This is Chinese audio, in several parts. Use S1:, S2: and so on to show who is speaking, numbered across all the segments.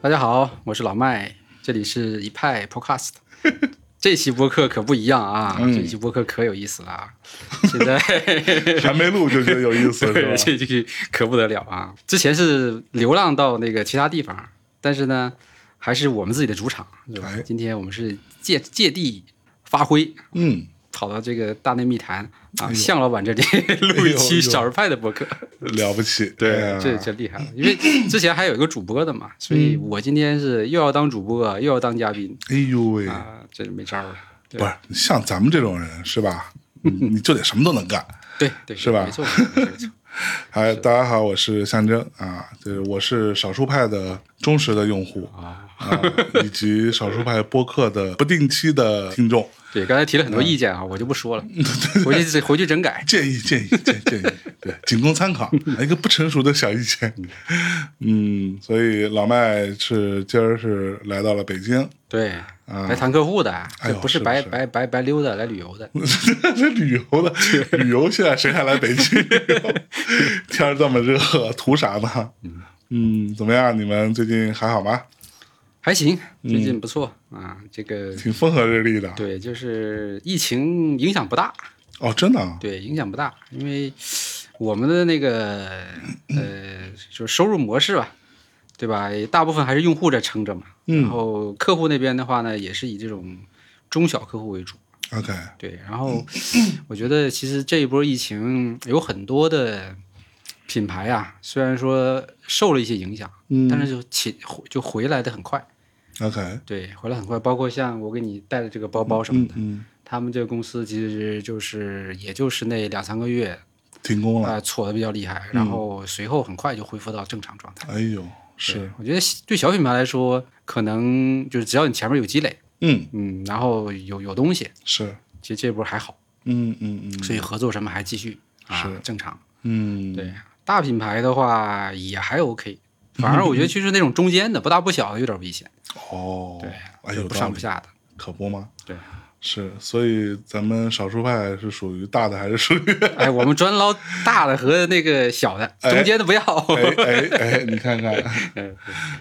S1: 大家好，我是老麦，这里是一派 Podcast。这期播客可不一样啊，
S2: 嗯
S1: 这期播客可有意思了啊！现 在
S2: 还没录就觉得有意思，
S1: 对，
S2: 是吧？
S1: 这这个可不得了啊！之前是流浪到那个其他地方，但是呢，还是我们自己的主场，是吧
S2: 哎？
S1: 今天我们是借借地发挥，
S2: 嗯，
S1: 跑到这个大内密谈啊，
S2: 哎呦
S1: 向老板这里录
S2: 哎
S1: 一
S2: 呦
S1: 期
S2: 哎呦
S1: 少儿派的播客，
S2: 了不起，哎呀
S1: 这这厉害了！因为之前还有一个主播的嘛，所
S2: 嗯
S1: 以我今天是又要当主播，又要当嘉宾
S2: 哎呦喂，
S1: 啊，这没招儿了。对
S2: 不是像咱们这种人是吧？ 你你就得什么都能干。
S1: 对对，
S2: 是吧
S1: 没错，没错没 错。
S2: 哎，大家好，我是象征啊，就是我是少数派的忠实的用户啊，以及少数派播客的不定期的 听众，
S1: 对，刚才提了很多意见啊，我就不说了，回去回去整改。
S2: 建议建议建议建 议，对，仅供参考，一个不成熟的小意见。嗯，所以老麦是今儿是来到了北京，
S1: 对，来谈客户的，
S2: 哎呦
S1: 这不
S2: 是
S1: 啊是嗯
S2: 不
S1: 白白
S2: 是
S1: 白白溜达来旅游的。
S2: 这旅游的旅游，现在谁还来北京 旅游？天儿这么热，图啥呢？嗯，怎么样？你们最近还好吗？
S1: 还行，最近不错啊。这个
S2: 挺风和日丽的。
S1: 对，就是疫情影响不大，
S2: 哦，真的啊，
S1: 对，影响不大，因为我们的那个呃，就是收入模式吧，对吧？大部分还是用户在撑着嘛。然后客户那边的话呢，也是以这种中小客户为主。
S2: OK，
S1: 对，然后我觉得其实这一波疫情有很多的品牌啊，虽然说受了一些影响，
S2: 嗯
S1: 但是就起就回来的很快。
S2: ，OK，
S1: 对，回来很快，包括像我给你带的这个包包什么的，
S2: 嗯，
S1: 他们这个公司其实就是也就是那两三个月
S2: 停工
S1: 啊、
S2: 了。
S1: 挫的比较厉
S2: 嗯
S1: 害，然后随后很快就恢复到正常状态。
S2: 哎呦，是，
S1: 我觉得对小品牌来说，可能就是只要你前面有积累，
S2: 嗯，
S1: 嗯，然后有有东西，
S2: 是，
S1: 其实这波还好，
S2: 嗯嗯嗯
S1: 所以合作什么还继续啊，正常。
S2: 嗯，
S1: 对，大品牌的话也还 OK，反而我 觉得就是那种中间的不大不小的有点危险，
S2: 哦，
S1: 对，
S2: 哎
S1: 就
S2: 呦，
S1: 不上不下的。
S2: 可不吗？
S1: 对，
S2: 是，所以咱们少数派是属于大的还是属于？
S1: 哎，我们专捞大的和那个小 的，中间的不要。
S2: 哎 哎哎，你看看，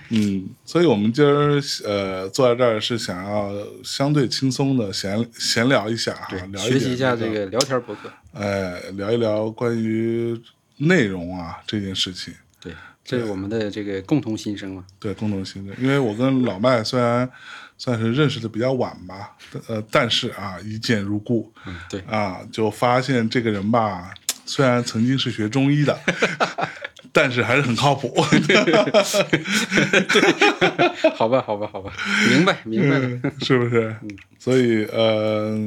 S2: 嗯，所以我们今儿呃坐在这儿是想要相对轻松的闲闲聊一下啊，聊
S1: 学习一下
S2: 这
S1: 这
S2: 个，
S1: 个聊天博客。
S2: 哎，聊一聊关于内容啊这件事情。
S1: 对，这是我们的这个共同心声嘛。
S2: 对，共同心声。因为我跟老麦虽然算是认识的比较晚吧，但呃，但是啊，一见如故
S1: 嗯，对，
S2: 啊，就发现这个人吧，虽然曾经是学中医的， 但是还是很靠谱。
S1: 好吧，好吧，好吧，明白，明
S2: 嗯
S1: 白了。
S2: 是不是？嗯所以呃，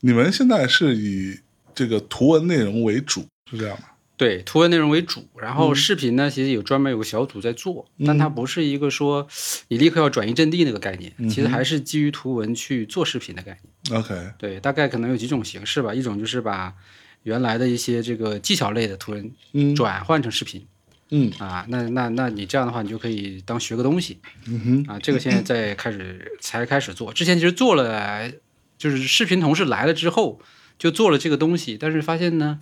S2: 你们现在是以这个图文内容为主，是这样吗？
S1: 对，图文内容为主，然
S2: 嗯
S1: 后视频呢，其实有专门有个小组在做，但它不是一个说你立刻要转移阵地那个概念，
S2: 嗯
S1: 其实还是基于图文去做视频的概念。
S2: ？OK，
S1: 对，大概可能有几种形式吧，一种就是把原来的一些这个技巧类的图文
S2: 嗯
S1: 转换成视频。
S2: 嗯
S1: 啊，那那那你这样的话，你就可以当学个东西。嗯哼，啊，这个现在在开始才开始做，之前其实做了，就是视频同事来了之后就做了这个东西，但是发现呢，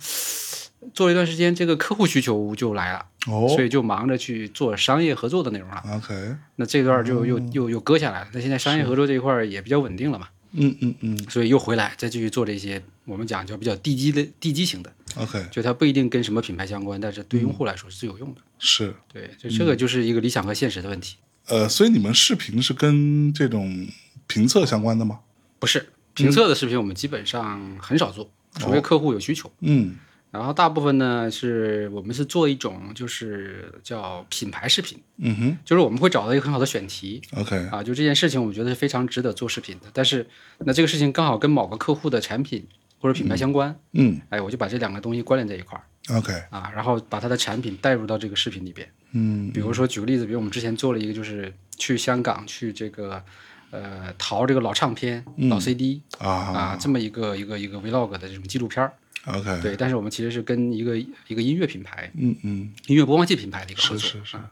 S1: 做了一段时间，这个客户需求就来了，
S2: 哦
S1: 所以就忙着去做商业合作的内容了。
S2: ，OK，
S1: 那这段就又、又又搁下来了。那现在商业合作这一块儿也比较稳定了嘛，
S2: 嗯嗯嗯
S1: 所以又回来再继续做这些我们讲叫比较地基的地基型的，
S2: ，OK，
S1: 就它不一定跟什么品牌相关，但是对用户来说是最有用的。
S2: 是。
S1: 对，就这个就是一个理想和现实的问题，
S2: 呃，所以你们视频是跟这种评测相关的吗？
S1: 不是评测的视频我们基本上很少做，除非客户有需求。
S2: 嗯
S1: 然后大部分呢是我们是做一种就是叫品牌视频，
S2: 嗯哼
S1: 就是我们会找到一个很好的选题。
S2: ，OK，
S1: 啊，就这件事情，我觉得是非常值得做视频的。但是，那这个事情刚好跟某个客户的产品或者品牌相关，
S2: 嗯
S1: 哎，我就把这两个东西关联在一块儿
S2: ，OK，
S1: 啊，然后把它的产品带入到这个视频里边。
S2: 嗯
S1: 比如说举个例子，比如我们之前做了一个，就是去香港去这个呃淘这个老唱片、老 CD
S2: 啊
S1: 啊这么一个一个一个 vlog 的这种纪录片儿。
S2: ，OK，
S1: 对，但是我们其实是跟一个一个音乐品牌、
S2: 嗯嗯，
S1: 音乐播放器品牌的一个合
S2: 是
S1: 作。啊
S2: 是嗯是，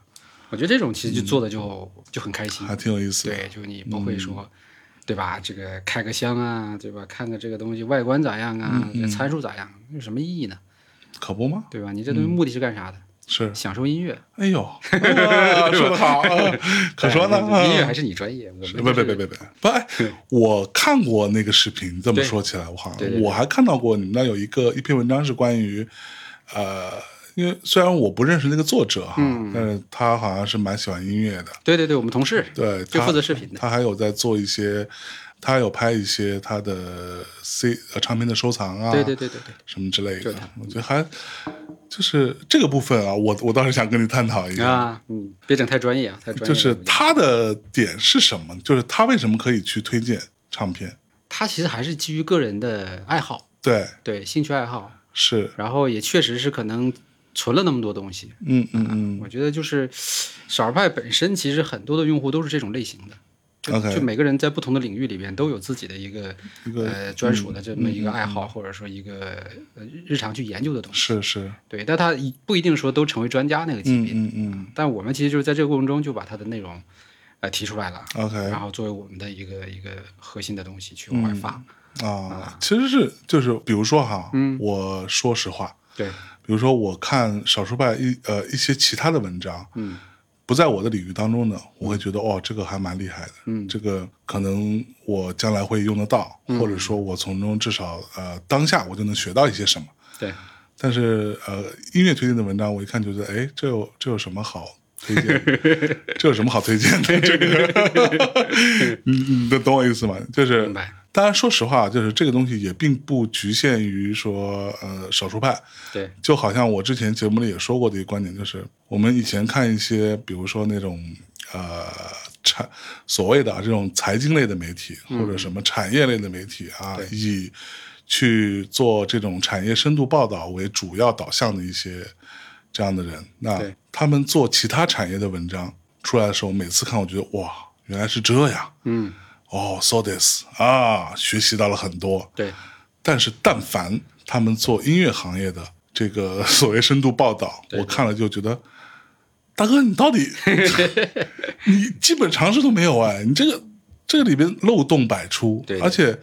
S1: 我觉得这种其实就做的就、就很开心。
S2: 还挺有意思的。
S1: 对，就你不
S2: 嗯
S1: 会说。对吧？这个开个箱啊，对吧？看看这个东西外
S2: 嗯
S1: 观咋样啊，这参数咋样，有什么意义呢？
S2: 可不吗？嗯
S1: 对吧？你这东西目的是干啥的？
S2: 是，
S1: 享受音乐。
S2: 哎呦，哇说的好，呃可说呢，嗯
S1: 哎音乐还
S2: 是
S1: 是你专业，我们
S2: 别别别
S1: 就是
S2: 别别不，哎，我看过那个视频。这么
S1: 对
S2: 说起来，我好
S1: 对
S2: 像
S1: 对对
S2: 我还看到过你们那有一个一篇文章是关于，呃，因为虽然我不认识那个作者哈，
S1: 嗯
S2: 但是他好像是蛮喜欢音乐的，
S1: 对对对，我们同事
S2: 对，
S1: 就
S2: 他
S1: 负责视频的
S2: 他还有在做一些，他还有拍一些他的 C 呃唱片的收藏啊，
S1: 对对对对对，
S2: 什么之类
S1: 就
S2: 的
S1: 他。
S2: 我觉得还就是这个部分啊，我我倒是想跟你探讨一下，
S1: 啊，嗯，别整太专业啊，太专业了。
S2: 就是
S1: 我觉得
S2: 他的点是什么？就是他为什么可以去推荐唱片？
S1: 他其实还是基于个人的爱好，
S2: 对，
S1: 对兴趣爱好，
S2: 是，
S1: 然后也确实是可能存了那么多东西。
S2: 嗯嗯
S1: 啊我觉得就是少儿派本身，其实很多的用户都是这种类型的。就
S2: OK
S1: 就每个人在不同的领域里边都有自己的一个
S2: 嗯，一嗯个
S1: 呃专属的这么一个爱好，或者说一个呃日常去研究的东西。
S2: 是是，
S1: 对，但他一不一定说都成为专家那个级
S2: 嗯
S1: 别。
S2: 嗯嗯
S1: 但我们其实就是在这个过程中就把它的内容呃提出来了，
S2: ，OK
S1: 然后作为我们的一个一个核心的东西去往外发。
S2: 啊，其实是就是比如说哈，
S1: 嗯
S2: 我说实话，
S1: 对，
S2: 比如说我看少数派一呃一些其他的文章，
S1: 嗯
S2: 不在我的领域当中的，我会觉得哦，这个还蛮厉害的，
S1: 嗯
S2: 这个可能我将来会用得到，或者说我从中至少呃当下我就能学到一些什么。
S1: 对，
S2: 但是呃，音乐推荐的文章我一看就觉得，哎，这有这有什么好推荐 的？这有什么好推荐的？这个， 你你懂我意思吗？就是
S1: 明白。
S2: 当然，说实话，就是这个东西也并不局限于说呃少数派，
S1: 对，
S2: 就好像我之前节目里也说过的一个观点，就是我们以前看一些，比如说那种呃产所谓的啊这种财经类的媒体，或者什么产业类的媒体
S1: 嗯
S2: 啊，
S1: 对
S2: 以去做这种产业深度报道为主要导向的一些这样的人，那
S1: 对
S2: 他们做其他产业的文章出来的时候，每次看我觉得哇，原来是这样
S1: 嗯，
S2: 哦，so this 啊，学习到了很多，
S1: 对，
S2: 但是但凡他们做音乐行业的这个 所谓深度报道，
S1: 对
S2: 我看了就觉得，大哥，你 到底你基本常识都没有哎，你这个这个里边漏洞百出，
S1: 对对
S2: 而且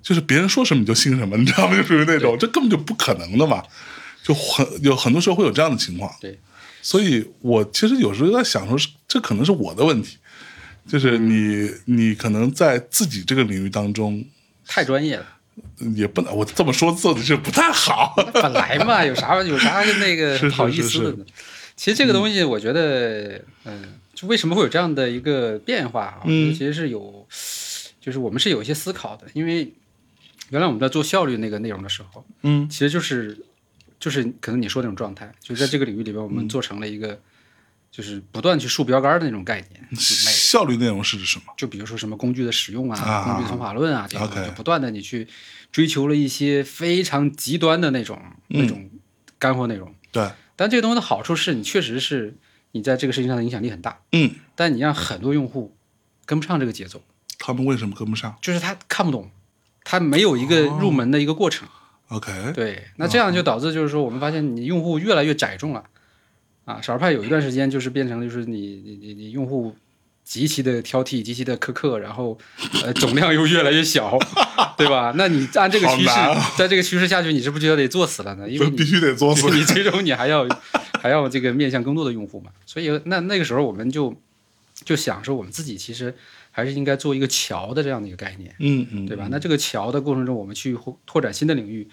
S2: 就是别人说什么你就信什么， 你知道吗？就属于那种，这根本就不可能的嘛。就很有很多时候会有这样的情况，
S1: 对，
S2: 所以我其实有时候在想说，是这可能是我的问题，就是
S1: 嗯
S2: 你、你可能在自己这个领域当中
S1: 太专业了。
S2: 也不能，我这么说做的是不太好。
S1: 本来嘛，有啥有啥那个
S2: 是是
S1: 好意思的呢？其实这个东西，我觉得，嗯、就为什么会有这样的一个变化啊？
S2: 嗯
S1: 其实是有，就是我们是有一些思考的，因为原来我们在做效率那个内容的时候，
S2: 嗯
S1: 其实就是就是可能你说那种状态，就在这个领域里边，我
S2: 嗯
S1: 们做成了一个就是不断去竖标杆的那种概念，每
S2: 效率内容是指什么？
S1: 就比如说什么工具的使用啊，
S2: 啊
S1: 工具的方法论啊，这种
S2: OK
S1: 就不断的你去追求了一些非常极端的那种、
S2: 嗯
S1: 那种干货内容。
S2: 对，
S1: 但这个东西的好处是你确实是你在这个事情上的影响力很大，
S2: 嗯，
S1: 但你让很多用户跟不上这个节奏，
S2: 他们为什么跟不上
S1: 就是他看不懂，他没有一
S2: 哦
S1: 个入门的一个过程。
S2: ？OK，
S1: 对，那这样就导致就是说，我们发现你用户越来越窄众了，啊，少数派有一段时间就是变成就是你你你你用户极其的挑剔，极其的苛刻，然后呃总量又越来越 小，对吧？那你按这个
S2: 好
S1: 趋势
S2: 难啊，
S1: 在这个趋势下去，你是不是就得作死了呢？因为
S2: 这
S1: 你。
S2: 必须得作死
S1: 你最终你还要还要这个面向更多的用户嘛。所以那那个时候我们就就想说，我们自己其实还是应该做一个桥的这样的一个概念。
S2: 嗯嗯，
S1: 对吧？那这个桥的过程中，我们去拓拓展新的领域，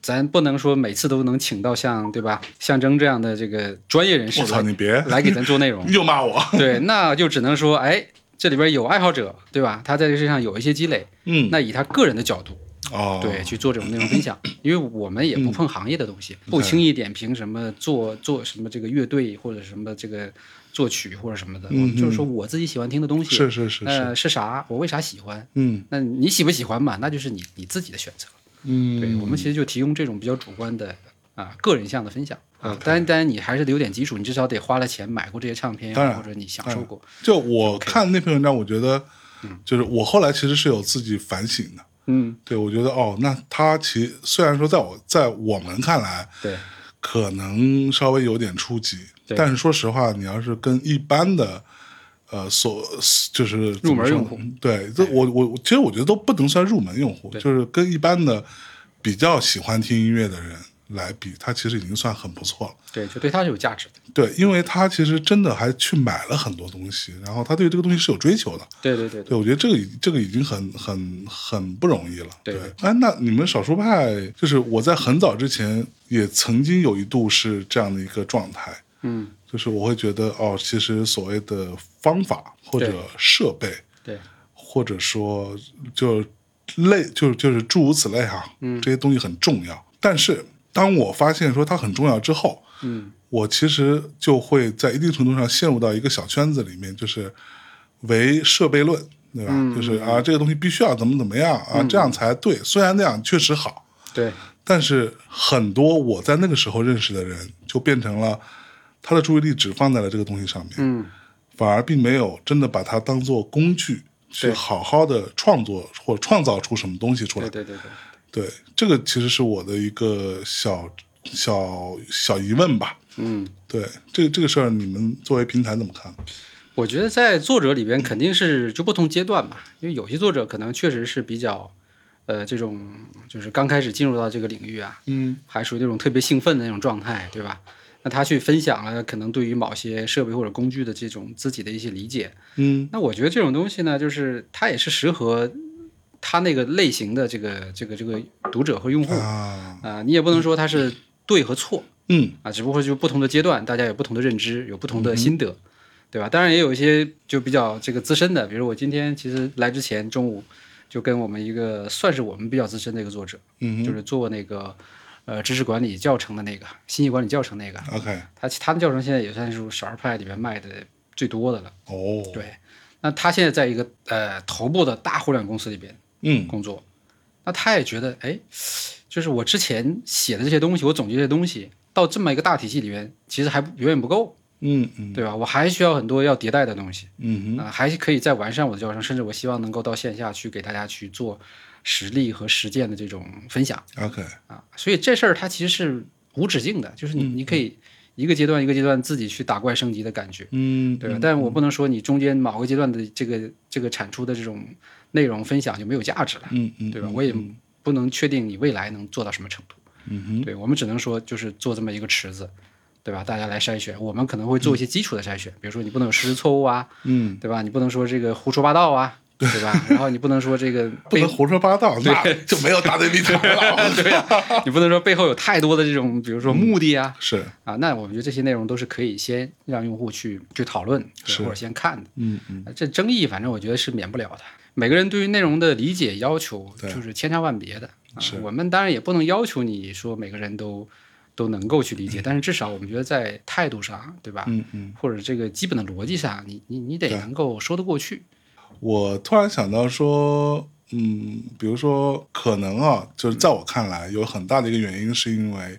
S1: 咱不能说每次都能请到像对吧象征这样的这个专业人士
S2: 我操，
S1: 来
S2: 你别，
S1: 来给咱做内容
S2: 又骂我。
S1: 对，那就只能说哎，这里边有爱好者，对吧？他在这个事情上有一些积累，
S2: 嗯，
S1: 那以他个人的角度，
S2: 哦，嗯
S1: 对，，去做这种内容分 享，因为我们也不碰行业的东西，不轻易点评什么做做什么这个乐队或者什么这个作曲或者什么的，我们就是说我自己喜欢听的东西，
S2: 嗯是是是是，
S1: 呃是啥，我为啥喜欢，
S2: 嗯
S1: 那你喜不喜欢嘛，那就是你你自己的选择。对
S2: 嗯，
S1: 我们其实就提供这种比较主观的啊个人向的分享啊，当然当然你还是得有点基础，你至少得花了钱买过这些唱片
S2: 当然，
S1: 或者你享受过。
S2: 就我看那篇文章，我觉得，就是我后来其实是有自己反省的。
S1: 嗯，
S2: 对，我觉得哦，那他其实虽然说在我在我们看来，
S1: 对
S2: 可能稍微有点初级，
S1: 对
S2: 但是说实话，你要是跟一般的呃所就是
S1: 入门
S2: 怎么说呢
S1: 用户，
S2: 对，这我我我其实我觉得都不能算入门用户，就是跟一般的比较喜欢听音乐的人来比，它其实已经算很不错了。
S1: 对，就对他是有价值的。
S2: 对，因为他其实真的还去买了很多东西，然后他对这个东西是有追求的。
S1: 对对对对，
S2: 对，我觉得这个已这个已经很很很不容易了。
S1: 对
S2: 哎，那你们少数派，就是我在很早之前也曾经有一度是这样的一个状态，
S1: 嗯，
S2: 就是我会觉得哦，其实所谓的方法或
S1: 对
S2: 者设备，
S1: 对，
S2: 或者说就类就就是诸如此类哈、
S1: 嗯
S2: 这些东西很重要。但是当我发现说它很重要之后，
S1: 嗯，
S2: 我其实就会在一定程度上陷入到一个小圈子里面，就是唯设备论，对吧？
S1: 嗯
S2: 就是啊，这个东西必须要怎么怎么样啊，这样才对。虽然那样确实好，
S1: 对，
S2: 但是很多我在那个时候认识的人，就变成了他的注意力只放在了这个东西上面，
S1: 嗯，
S2: 反而并没有真的把它当做工具去
S1: 对
S2: 好好的创作或创造出什么东西出来
S1: 对。对对对，
S2: 对，这个其实是我的一个小小小疑问吧。
S1: 嗯。
S2: 对，这这个事儿，你们作为平台怎么看？
S1: 我觉得在作者里边肯定是就不同阶段吧，因为有些作者可能确实是比较，呃，这种就是刚开始进入到这个领域啊，
S2: 嗯，
S1: 还属于那种特别兴奋的那种状态，对吧？那他去分享了可能对于某些设备或者工具的这种自己的一些理解，
S2: 嗯
S1: 那我觉得这种东西呢，就是它也是适合他那个类型的这个这个这个读者和用户啊、
S2: 啊，
S1: 你也不能说它是对和错，
S2: 嗯
S1: 啊，只不过就不同的阶段，大家有不同的认知，有不同的心得，对吧？当然也有一些就比较这个资深的，比如我今天其实来之前中午就跟我们一个算是我们比较资深的一个作者，
S2: 嗯
S1: 就是做那个呃知识管理教程的那个信息管理教程那个，
S2: 哼，OK，
S1: 他他的教程现在也算是少儿派里面卖的最多的了。
S2: 哦，
S1: 对，那他现在在一个呃头部的大互联网公司里边
S2: 嗯
S1: 工作，那他也觉得哎，就是我之前写的这些东西，我总结这些东西。到这么一个大体系里边，其实还不远远不够，
S2: 嗯嗯
S1: 对吧？我还需要很多要迭代的东西
S2: 嗯
S1: 啊、还可以再完善我的教程，甚至我希望能够到线下去给大家去做实例和实践的这种分享
S2: 哼，OK，
S1: 啊。所以这事儿它其实是无止境的，就是
S2: 嗯
S1: 你你可以一个阶段一个阶段自己去打怪升级的感觉，
S2: 嗯，
S1: 对吧？但我不能说你中间某个阶段的这个这个产出的这种内容分享就没有价值了，
S2: 嗯嗯，
S1: 对吧？我也不能确定你未来能做到什么程度。
S2: 嗯哼，
S1: 对我们只能说就是做这么一个池子，对吧？大家来筛选，我们可能会做一些基础的筛选，比如说你不能有实时错误啊，
S2: 嗯，
S1: 对吧？你不能说这个胡说八道 啊，对吧？然后你不能说这个
S2: 不
S1: 背
S2: 能，胡说八道，那就没有答对比台了。
S1: 对呀、你不能说背后有太多的这种，比如
S2: 嗯
S1: 说目的啊。
S2: 是，
S1: 啊，那我们觉得这些内容都是可以先让用户去去讨论，对
S2: 是
S1: 或者先看的。
S2: 嗯嗯，
S1: 这争议反正我觉得是免不了的。每个人对于内容的理解要求
S2: 对
S1: 就是千差万别的。啊
S2: 是
S1: 我们当然也不能要求你说每个人都都能够去理解，但是至少我们觉得在态度上，对吧？
S2: 嗯嗯。
S1: 或者这个基本的逻辑上，你你你得能够说得过去。
S2: 我突然想到说，嗯，比如说，可能啊，就是在我看来，有很大的一个原因是因为，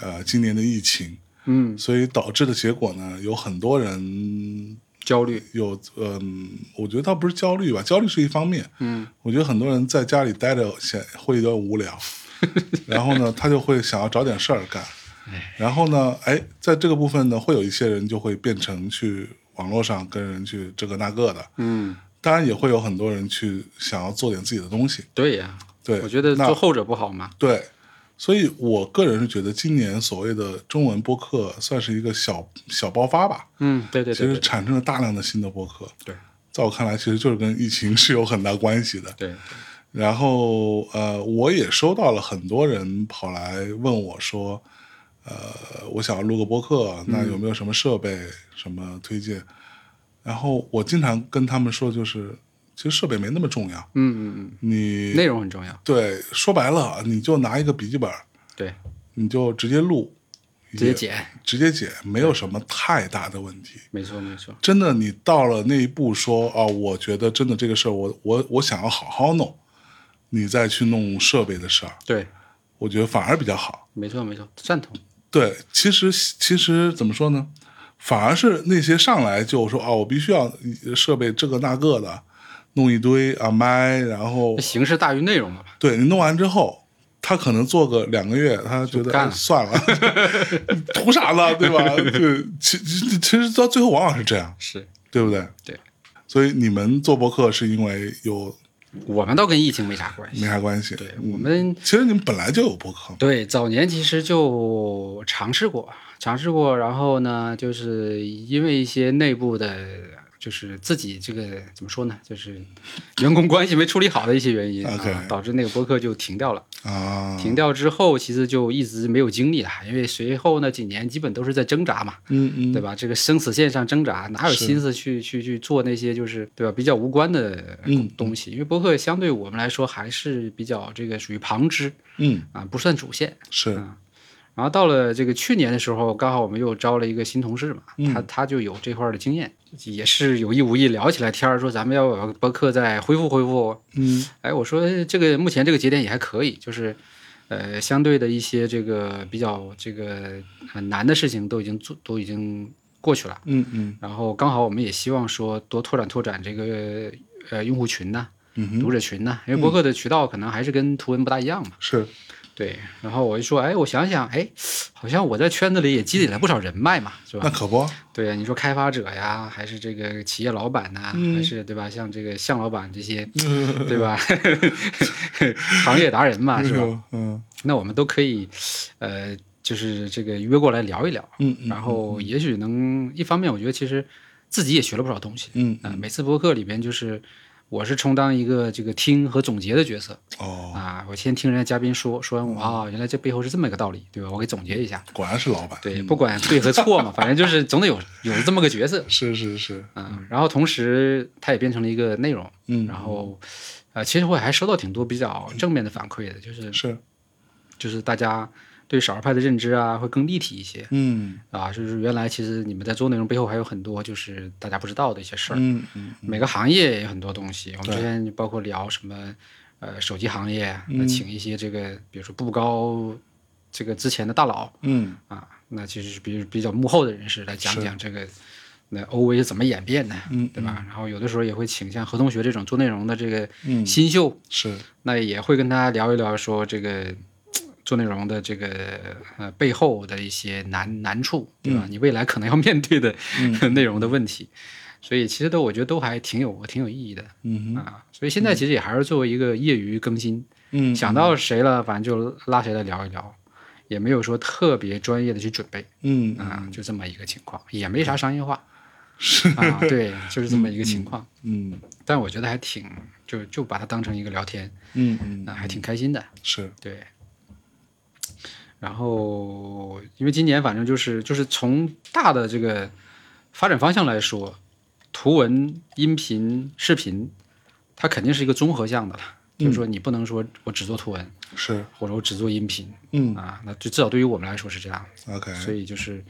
S2: 呃，今年的疫情，
S1: 嗯，
S2: 所以导致的结果呢，有很多人
S1: 焦虑。
S2: 有，嗯，我觉得倒不是焦虑吧，焦虑是一方面，
S1: 嗯，
S2: 我觉得很多人在家里待着显会有点无 聊，然后呢，他就会想要找点事儿干，然后呢，哎，在这个部分呢，会有一些人就会变成去网络上跟人去这个那个的，
S1: 嗯，
S2: 当然也会有很多人去想要做点自己的东西，
S1: 对呀、
S2: 对，
S1: 我觉得
S2: 那
S1: 做后者不好嘛。
S2: 对，所以我个人是觉得今年所谓的中文播客算是一个小小爆发吧，
S1: 嗯，对对
S2: 其
S1: 对
S2: 实
S1: 对
S2: 产生了大量的新的播客，
S1: 对
S2: 在我看来，其实就是跟疫情 是有很大关系的。
S1: 对，
S2: 然后呃，我也收到了很多人跑来问我说，呃，我想要录个播客，那
S1: 嗯
S2: 有没有什么设备、什么推荐？然后我经常跟他们说，就是其实设备没那么重要，
S1: 嗯嗯
S2: 你
S1: 嗯，内容很重要。
S2: 对说白了，你就拿一个笔记本，
S1: 对，
S2: 你就直接录，
S1: 直接剪，
S2: 直接剪，没有什么太大的问题。
S1: 没错没错。
S2: 真的，你到了那一步说，啊，我觉得真的这个事儿，我我我想要好好弄，你再去弄设备的事儿，
S1: 对，
S2: 我觉得反而比较好。
S1: 没错没错，赞同。
S2: 对，其实其实怎么说呢，反而是那些上来就说啊，我必须要设备这个那个的，弄一堆啊麦，然后
S1: 这形式大于内容嘛。
S2: 对你弄完之后，他可能做个两个月，他觉
S1: 就
S2: 得
S1: 干了
S2: 哎算了， 图啥呢，对吧？对，其其其实到最后往往是这样，
S1: 是，
S2: 对不对？
S1: 对。
S2: 所以你们做博客是因为有
S1: 我们倒跟疫情没啥关系
S2: 没。啥关系。
S1: 对
S2: 嗯
S1: 我们
S2: 其实你们本来就有播客嘛，
S1: 对早年其实就尝试过，尝试过，然后呢，就是因为一些内部的，就是自己这个怎么说呢，就是员工关系没处理好的一些原因
S2: OK
S1: 啊，导致那个播客就停掉了。
S2: 啊，
S1: 停掉之后，其实就一直没有精力了，因为随后那几年基本都是在挣扎嘛，
S2: 嗯嗯，
S1: 对吧？这个生死线上挣扎，哪有
S2: 是
S1: 心思去去去做那些就是对吧比较无关的
S2: 嗯
S1: 东西？因为博客相对我们来说还是比较这个属于旁支
S2: 嗯
S1: 啊，不算主线。
S2: 是
S1: 然后到了这个去年的时候，刚好我们又招了一个新同事嘛，
S2: 嗯
S1: 他他就有这块儿的经验，也是有意无意聊起来天儿，说咱们要不要博客再恢复恢复？
S2: 嗯
S1: 哎，我说这个目前这个节点也还可以，就是呃，相对的一些这个比较这个很难的事情都已经做都已经过去了，
S2: 嗯嗯
S1: 然后刚好我们也希望说多拓展拓展这个呃用户群呐、
S2: 嗯
S1: 读者群呐、因为博客的渠道可能还是跟图文不大一样嘛。
S2: 是
S1: 对，然后我就说，哎，我想想，哎，好像我在圈子里也积累了不少人脉嘛，是吧？
S2: 那可不，
S1: 对啊呀，你说开发者呀，还是这个企业老板呐、
S2: 嗯
S1: 还是对吧？像这个向老板这些， 对吧？ 行业达人嘛，是吧？
S2: 吧？嗯嗯
S1: 那我们都可以，呃，就是这个约过来聊一聊，
S2: 嗯嗯，
S1: 然后也许能一方面，我觉得其实自己也学了不少东西。
S2: 嗯
S1: 啊、每次播客里边就是。我是充当一个这个听和总结的角色
S2: 哦，
S1: 啊，我先听人家嘉宾说，说完我啊，原来这背后是这么一个道理，对吧？我给总结一下，
S2: 果然是老板，
S1: 对，不管对和错嘛，反正就是总得有有这么个角色，
S2: 是是是，
S1: 嗯，然后同时它也变成了一个内容，
S2: 嗯
S1: 然后呃，其实我还收到挺多比较正面的反馈的，就是
S2: 是，
S1: 就是大家对少儿派的认知啊会更立体一些
S2: 嗯
S1: 啊，就是原来其实你们在做内容背后还有很多就是大家不知道的一些事儿，
S2: 嗯嗯
S1: 每个行业也有很多东西，我们
S2: 对
S1: 之前包括聊什么呃手机行业，
S2: 嗯
S1: 那请一些这个比如说步高这个之前的大佬，
S2: 嗯
S1: 啊，那其实是比比较幕后的人士来讲讲这个那 OV 是怎么演变的，
S2: 嗯
S1: 对吧？然后有的时候也会请像何同学这种做内容的这个
S2: 嗯
S1: 新秀，
S2: 是，
S1: 那也会跟他聊一聊说这个做内容的这个呃背后的一些难难处，对
S2: 嗯
S1: 吧？你未来可能要面对的、 内容的问题，所以其实都我觉得都还挺有挺有意义的
S2: 嗯哼
S1: 啊。所以现在其实也还是作为一个业余更新，
S2: 嗯
S1: 想到谁了，反正就拉谁来聊一聊，也没有说特别专业的去准备
S2: 嗯
S1: 啊、就这么一个情况，也没啥商业 化，啊，对，就是这么一个情况。
S2: 嗯
S1: 但我觉得还挺，就就把它当成一个聊天，
S2: 嗯嗯
S1: 啊，还挺开心的，
S2: 是，
S1: 对。然后，因为今年反正就是就是从大的这个发展方向来说，图文、音频、视频，它肯定是一个综合项的了。就是
S2: 嗯
S1: 说，你不能说我只做图文，
S2: 是，
S1: 或者我只做音频，
S2: 嗯
S1: 啊，那就至少对于我们来说是这样，
S2: ，OK，
S1: 所以就是，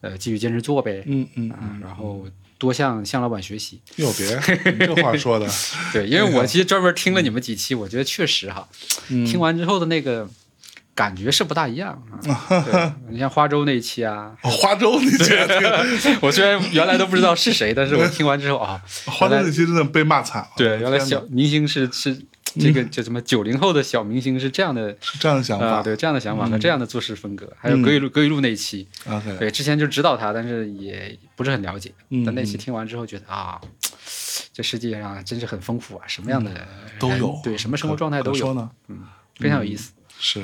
S1: 呃，继续坚持做呗，
S2: 嗯 嗯，
S1: 啊，然后多向向老板学习，
S2: 有别，你这话说的，
S1: 对，因为我其实专门
S2: 嗯
S1: 听了你们几期，我觉得确实哈，听完之后的那个感觉是不大一样 啊，对你像花州那一期啊，
S2: 哦花粥那期，
S1: 我虽然原来都不知道是谁，但是我听完之后 啊，
S2: 花粥那期真的被骂惨了，
S1: 对，原来
S2: 天哪
S1: 小明星是是
S2: 嗯
S1: 这个叫什么九零后的小明星是这样的。
S2: 是这样的想
S1: 啊、
S2: 法嗯
S1: 对这样的想法和这样的做事风格，还有葛雨露葛雨露那一期，
S2: ，OK，
S1: 对，之前就知道他，但是也不是很了解。
S2: 嗯
S1: 但那期听完之后，觉得啊，这世界上真是很丰富啊，什么样的人
S2: 嗯都有，
S1: 哎对，什么生活状态
S2: 可
S1: 都
S2: 可说
S1: 有，
S2: 呢，
S1: 非常有意思。
S2: 是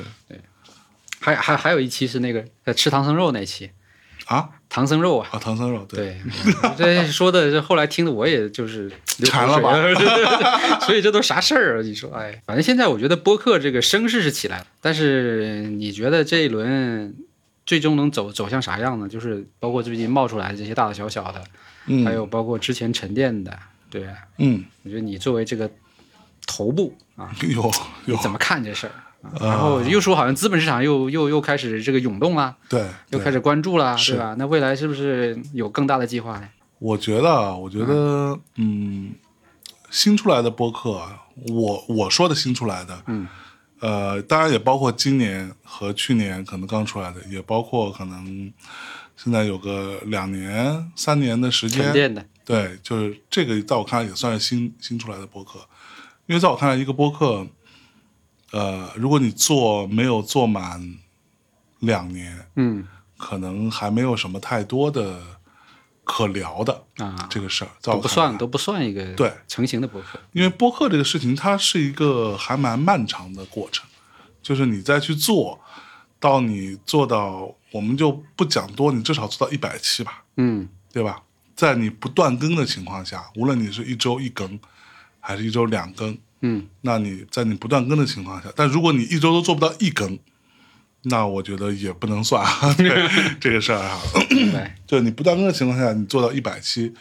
S1: 还还还有一期是那个呃吃唐僧肉那期，
S2: 啊，
S1: 唐僧肉啊。
S2: 啊，唐僧肉，对，
S1: 对， 这说的这后来听的我也就是 流
S2: 馋
S1: 口
S2: 了
S1: 水
S2: 吧
S1: 啊 所以这都啥事儿啊？你说，哎，反正现在我觉得播客这个声势是起来了，但是你觉得这一轮最终能走走向啥样呢？就是包括最近冒出来的这些大大小小的，还
S2: 嗯
S1: 有包括之前沉淀的，对，
S2: 嗯，
S1: 我觉得你作为这个头部啊，
S2: 有有，
S1: 怎么看这事儿？啊然后又说好像资本市场又又又开始这个涌动啦，
S2: 对，
S1: 又
S2: 对
S1: 开始关注啦，
S2: 是
S1: 对吧？那未来是不是有更大的计划呢？
S2: 我觉得，啊，我觉得，嗯，新出来的播客啊，我我说的新出来的，嗯，呃，当然也包括今年和去年可能刚出来的，也包括可能现在有个两年、三年的时
S1: 沉
S2: 间，
S1: 淀的，
S2: 对，就是这个，在我看来也算是新新出来的播客，因为在我看来，一个播客，呃，如果你做没有做满两年，
S1: 嗯
S2: 可能还没有什么太多的可聊的
S1: 啊，
S2: 这个事儿，
S1: 都
S2: 在我
S1: 不
S2: 看
S1: 算
S2: 来
S1: 都不算一个
S2: 对
S1: 成型的博客。
S2: 因为播客这个事情，它是一个还蛮漫长的过程，就是你再去做，到你做到，我们就不讲多，你至少做到一百期吧，
S1: 嗯，
S2: 对吧？在你不断更的情况下，无论你是一周一更，还是一周两更，
S1: 嗯，
S2: 那你在你不断更的情况下，但如果你一周都做不到一更，那我觉得也不能算 啊，对这个事儿啊，
S1: 明白。
S2: 就你不断更的情况下，你做到一百期，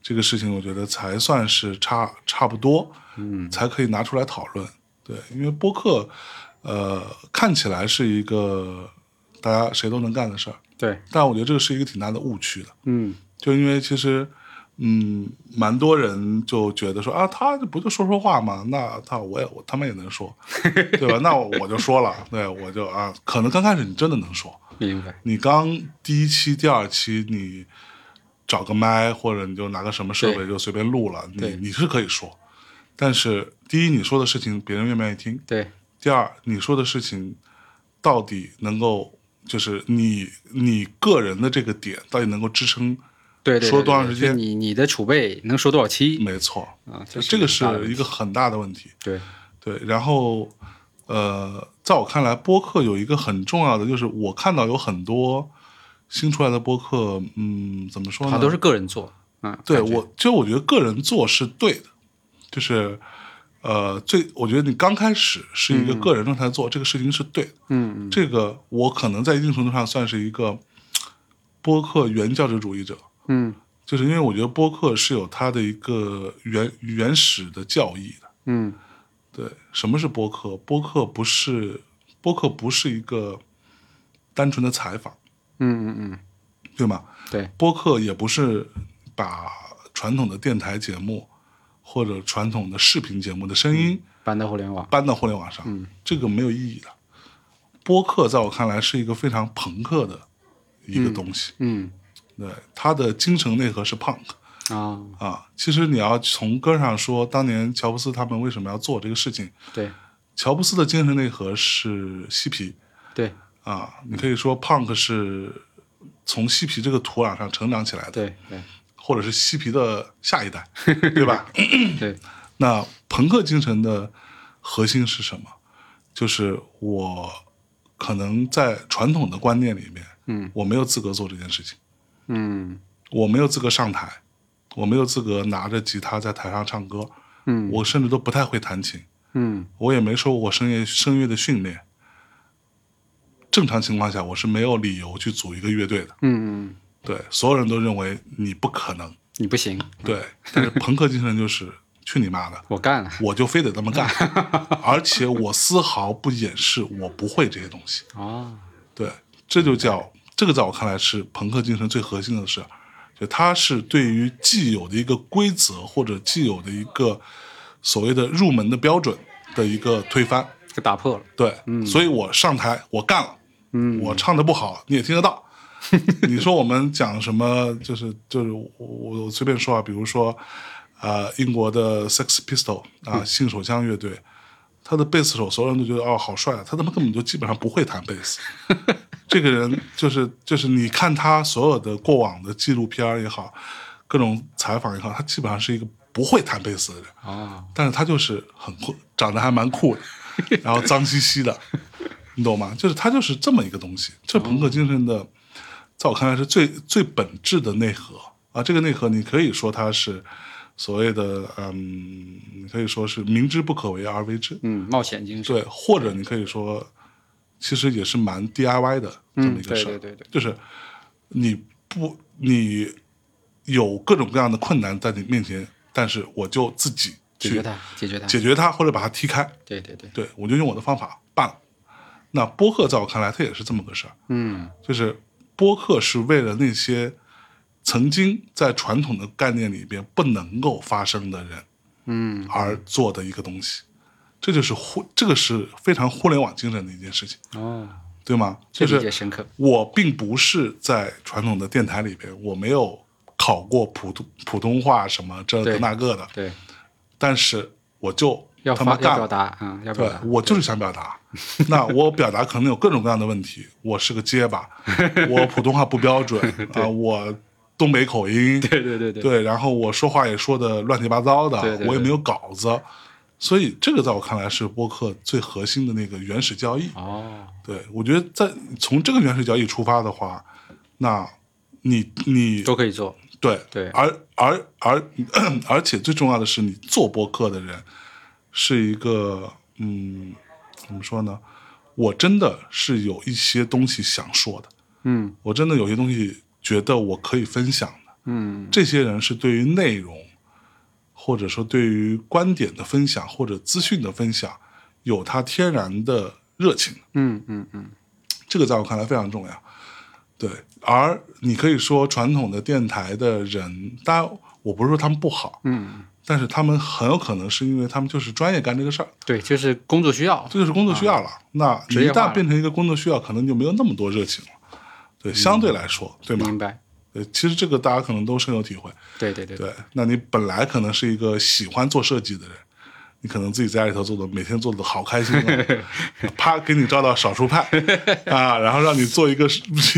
S2: 这个事情我觉得才算是差差不多，嗯，才可以拿出来讨论。对，因为播客，呃，看起来是一个大家谁都能干的事儿，
S1: 对，
S2: 但我觉得这个是一个挺大的误区的，
S1: 嗯，
S2: 就因为其实。嗯，蛮多人就觉得说啊，他不就说说话吗？那他我也我他们也能说，对吧？那我就说了，对我就啊，可能刚开始你真的能说，
S1: 明白。
S2: 你刚第一期、第二期，你找个麦或者你就拿个什么设备
S1: 对
S2: 就随便录了，你
S1: 对
S2: 你是可以说，但是第一，你说的事情别人愿不愿意听；
S1: 对，
S2: 第二，你说的事情到底能够就是你你个人的这个点到底能够支撑？
S1: 对对对
S2: 说多长
S1: 对
S2: 时间
S1: 就你你的储备能说多少期
S2: 没错，
S1: 啊？
S2: 这个是
S1: 很大的问
S2: 一
S1: 题
S2: 个很大的问题。
S1: 对，
S2: 对，然后呃，在我看来，播客有一个很重要的，就是我看到有很多新出来的播客，嗯，怎么说
S1: 好
S2: 呢？
S1: 像都是个人做。嗯，
S2: 对
S1: 感觉
S2: 我，就我觉得个人做是对的，就是呃，最我觉得你刚开始是一个个人状态做、这个事情是对的，
S1: 嗯
S2: 这个我可能在一定程度上算是一个播客原教旨主义者，
S1: 嗯
S2: 就是因为我觉得播客是有它的一个原原始的教义的。
S1: 嗯
S2: 对，什么是播客？播客不是播客不是一个单纯的采访，
S1: 嗯嗯嗯，
S2: 对吗？
S1: 对，
S2: 播客也不是把传统的电台节目或者传统的视频节目的声音
S1: 搬到互联网。
S2: 搬到互联网上，
S1: 嗯
S2: 这个没有意义的。播客在我看来是一个非常朋克的一个东西，
S1: 嗯
S2: 对，它的精神内核是 punk
S1: 啊，
S2: 啊。其实你要从根儿上说，当年乔布斯他们为什么要做这个事情？
S1: 对
S2: 乔布斯的精神内核是嬉皮，
S1: 对
S2: 啊，你可以说 punk 是从嬉皮这个土壤上成长起来的，
S1: 对对
S2: 或者是嬉皮的下一代，对吧？
S1: 对，
S2: 那朋克精神的核心是什么？就是我可能在传统的观念里面，
S1: 嗯，
S2: 我没有资格做这件事情，
S1: 嗯
S2: 我没有资格上台，我没有资格拿着吉他在台上唱歌，
S1: 嗯
S2: 我甚至都不太会弹琴，
S1: 嗯
S2: 我也没受过声乐声乐的训练。正常情况下，我是没有理由去组一个乐队的。
S1: 嗯嗯，
S2: 对，所有人都认为你不可能。
S1: 你不行，
S2: 对，但是朋克精神就是去你妈的，
S1: 我干了。
S2: 我就非得这么干，而且我丝毫不掩饰我不会这些东西。
S1: 哦，
S2: 对，这就叫这个，在我看来是朋克精神最核心的事，就它是对于既有的一个规则或者既有的一个所谓的入门的标准的一个推翻。
S1: 给打破了。
S2: 对，所以我上台我干了，
S1: 嗯
S2: 我唱的不好你也听得到。 你说我们讲什么？就是就是我我我随便说啊，比如说，呃，英国的 Sex Pistol 啊，性手枪乐队，他的贝斯手所有人都觉得哦好帅啊，他他妈根本就基本上不会弹贝斯。这个人就是就是你看他所有的过往的纪录片儿也好，各种采访也好，他基本上是一个不会弹贝斯的人。
S1: 哦，
S2: 但是他就是很酷，长得还蛮酷的，然后脏兮 兮的，你懂吗？就是他就是这么一个东西，这朋克精神的，在我看来是最最本质的内核啊。这个内核你可以说它是所谓的，嗯，你可以说是明知不可为而为之，
S1: 嗯，冒险精神。
S2: 对，或者你可以说，其实也是蛮 DIY 的这么一个
S1: 对
S2: 事儿、
S1: 嗯对对对，
S2: 就是你不你有各种各样的困难在你面前，但是我就自己
S1: 解
S2: 去
S1: 决它，解决它。
S2: 解决它或者把它踢开。
S1: 对对对，
S2: 对我就用我的方法办了。那播客在我看来，它也是这么个事儿，
S1: 嗯
S2: 就是播客是为了那些曾经在传统的概念里边不能够发声的人
S1: 嗯，
S2: 而做的一个东西。这就是互，这个是非常互联网精神的一件事情，
S1: 哦，
S2: 对吗？
S1: 这
S2: 就
S1: 理解
S2: 是
S1: 深刻。
S2: 我并不是在传统的电台里边，我没有考过普通普通话什么这
S1: 对
S2: 个那个的，
S1: 对，
S2: 但是我就
S1: 要
S2: 他妈
S1: 发要
S2: 干
S1: 表
S2: 了
S1: 达啊，要表
S2: 对
S1: 达。
S2: 我就是想表达，那我表达 可能有各种各样的问题，我是个结巴，我普通话不标准啊、我东北口音，
S1: 对对对对
S2: 对，然后我说话也说的乱七八糟的，
S1: 对对对
S2: 我也没有稿子，所以这个在我看来是播客最核心的那个原始交易。
S1: 哦，
S2: 对我觉得在从这个原始交易出发的话，那你你
S1: 都可以做，
S2: 对
S1: 对
S2: 而而而 而且最重要的是，你做播客的人是一个嗯，怎么说呢？我真的是有一些东西想说的，
S1: 嗯
S2: 我真的有些东西觉得我可以分享的。
S1: 嗯
S2: 这些人是对于内容，或者说对于观点的分享或者资讯的分享，有他天然的热情的。
S1: 嗯嗯嗯，
S2: 这个在我看来非常重要。对，而你可以说传统的电台的人，当然我不是说他们不好，
S1: 嗯，
S2: 但是他们很有可能是因为他们就是专业干这个事儿，
S1: 对，就是工作需要，
S2: 这就是工作需要了。那你
S1: 啊职
S2: 一
S1: 业化
S2: 旦
S1: 了
S2: 变成一个工作需要，可能就没有那么多热情了。对，相对来说，对吗？
S1: 明白？
S2: 对，其实这个大家可能都深有体会。
S1: 对对对，
S2: 对，那你本来可能是一个喜欢做设计的人，你可能自己在家里头做的，每天做的好开 心、啊，啪给你招到少数派啊，然后让你做一个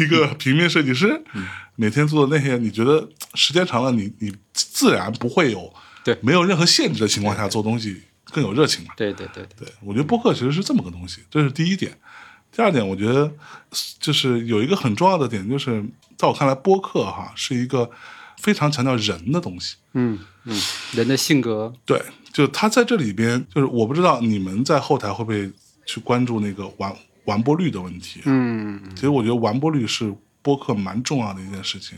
S2: 一个平面设计师，
S1: 嗯
S2: 每天做的那些，你觉得时间长了，你你自然不会有
S1: 对
S2: 没有任何限制的情况下做东西更有热情嘛。
S1: 对对对对，
S2: 对，我觉得播客其实是这么个东西，这是第一点。第二点，我觉得就是有一个很重要的点，就是在我看来，播客哈是一个非常强调人的东西。
S1: 嗯嗯，人的性格，
S2: 对，就他在这里边，就是我不知道你们在后台会不会去关注那个完完播率的问题。
S1: 嗯
S2: 其实我觉得完播率是播客蛮重要的一件事情。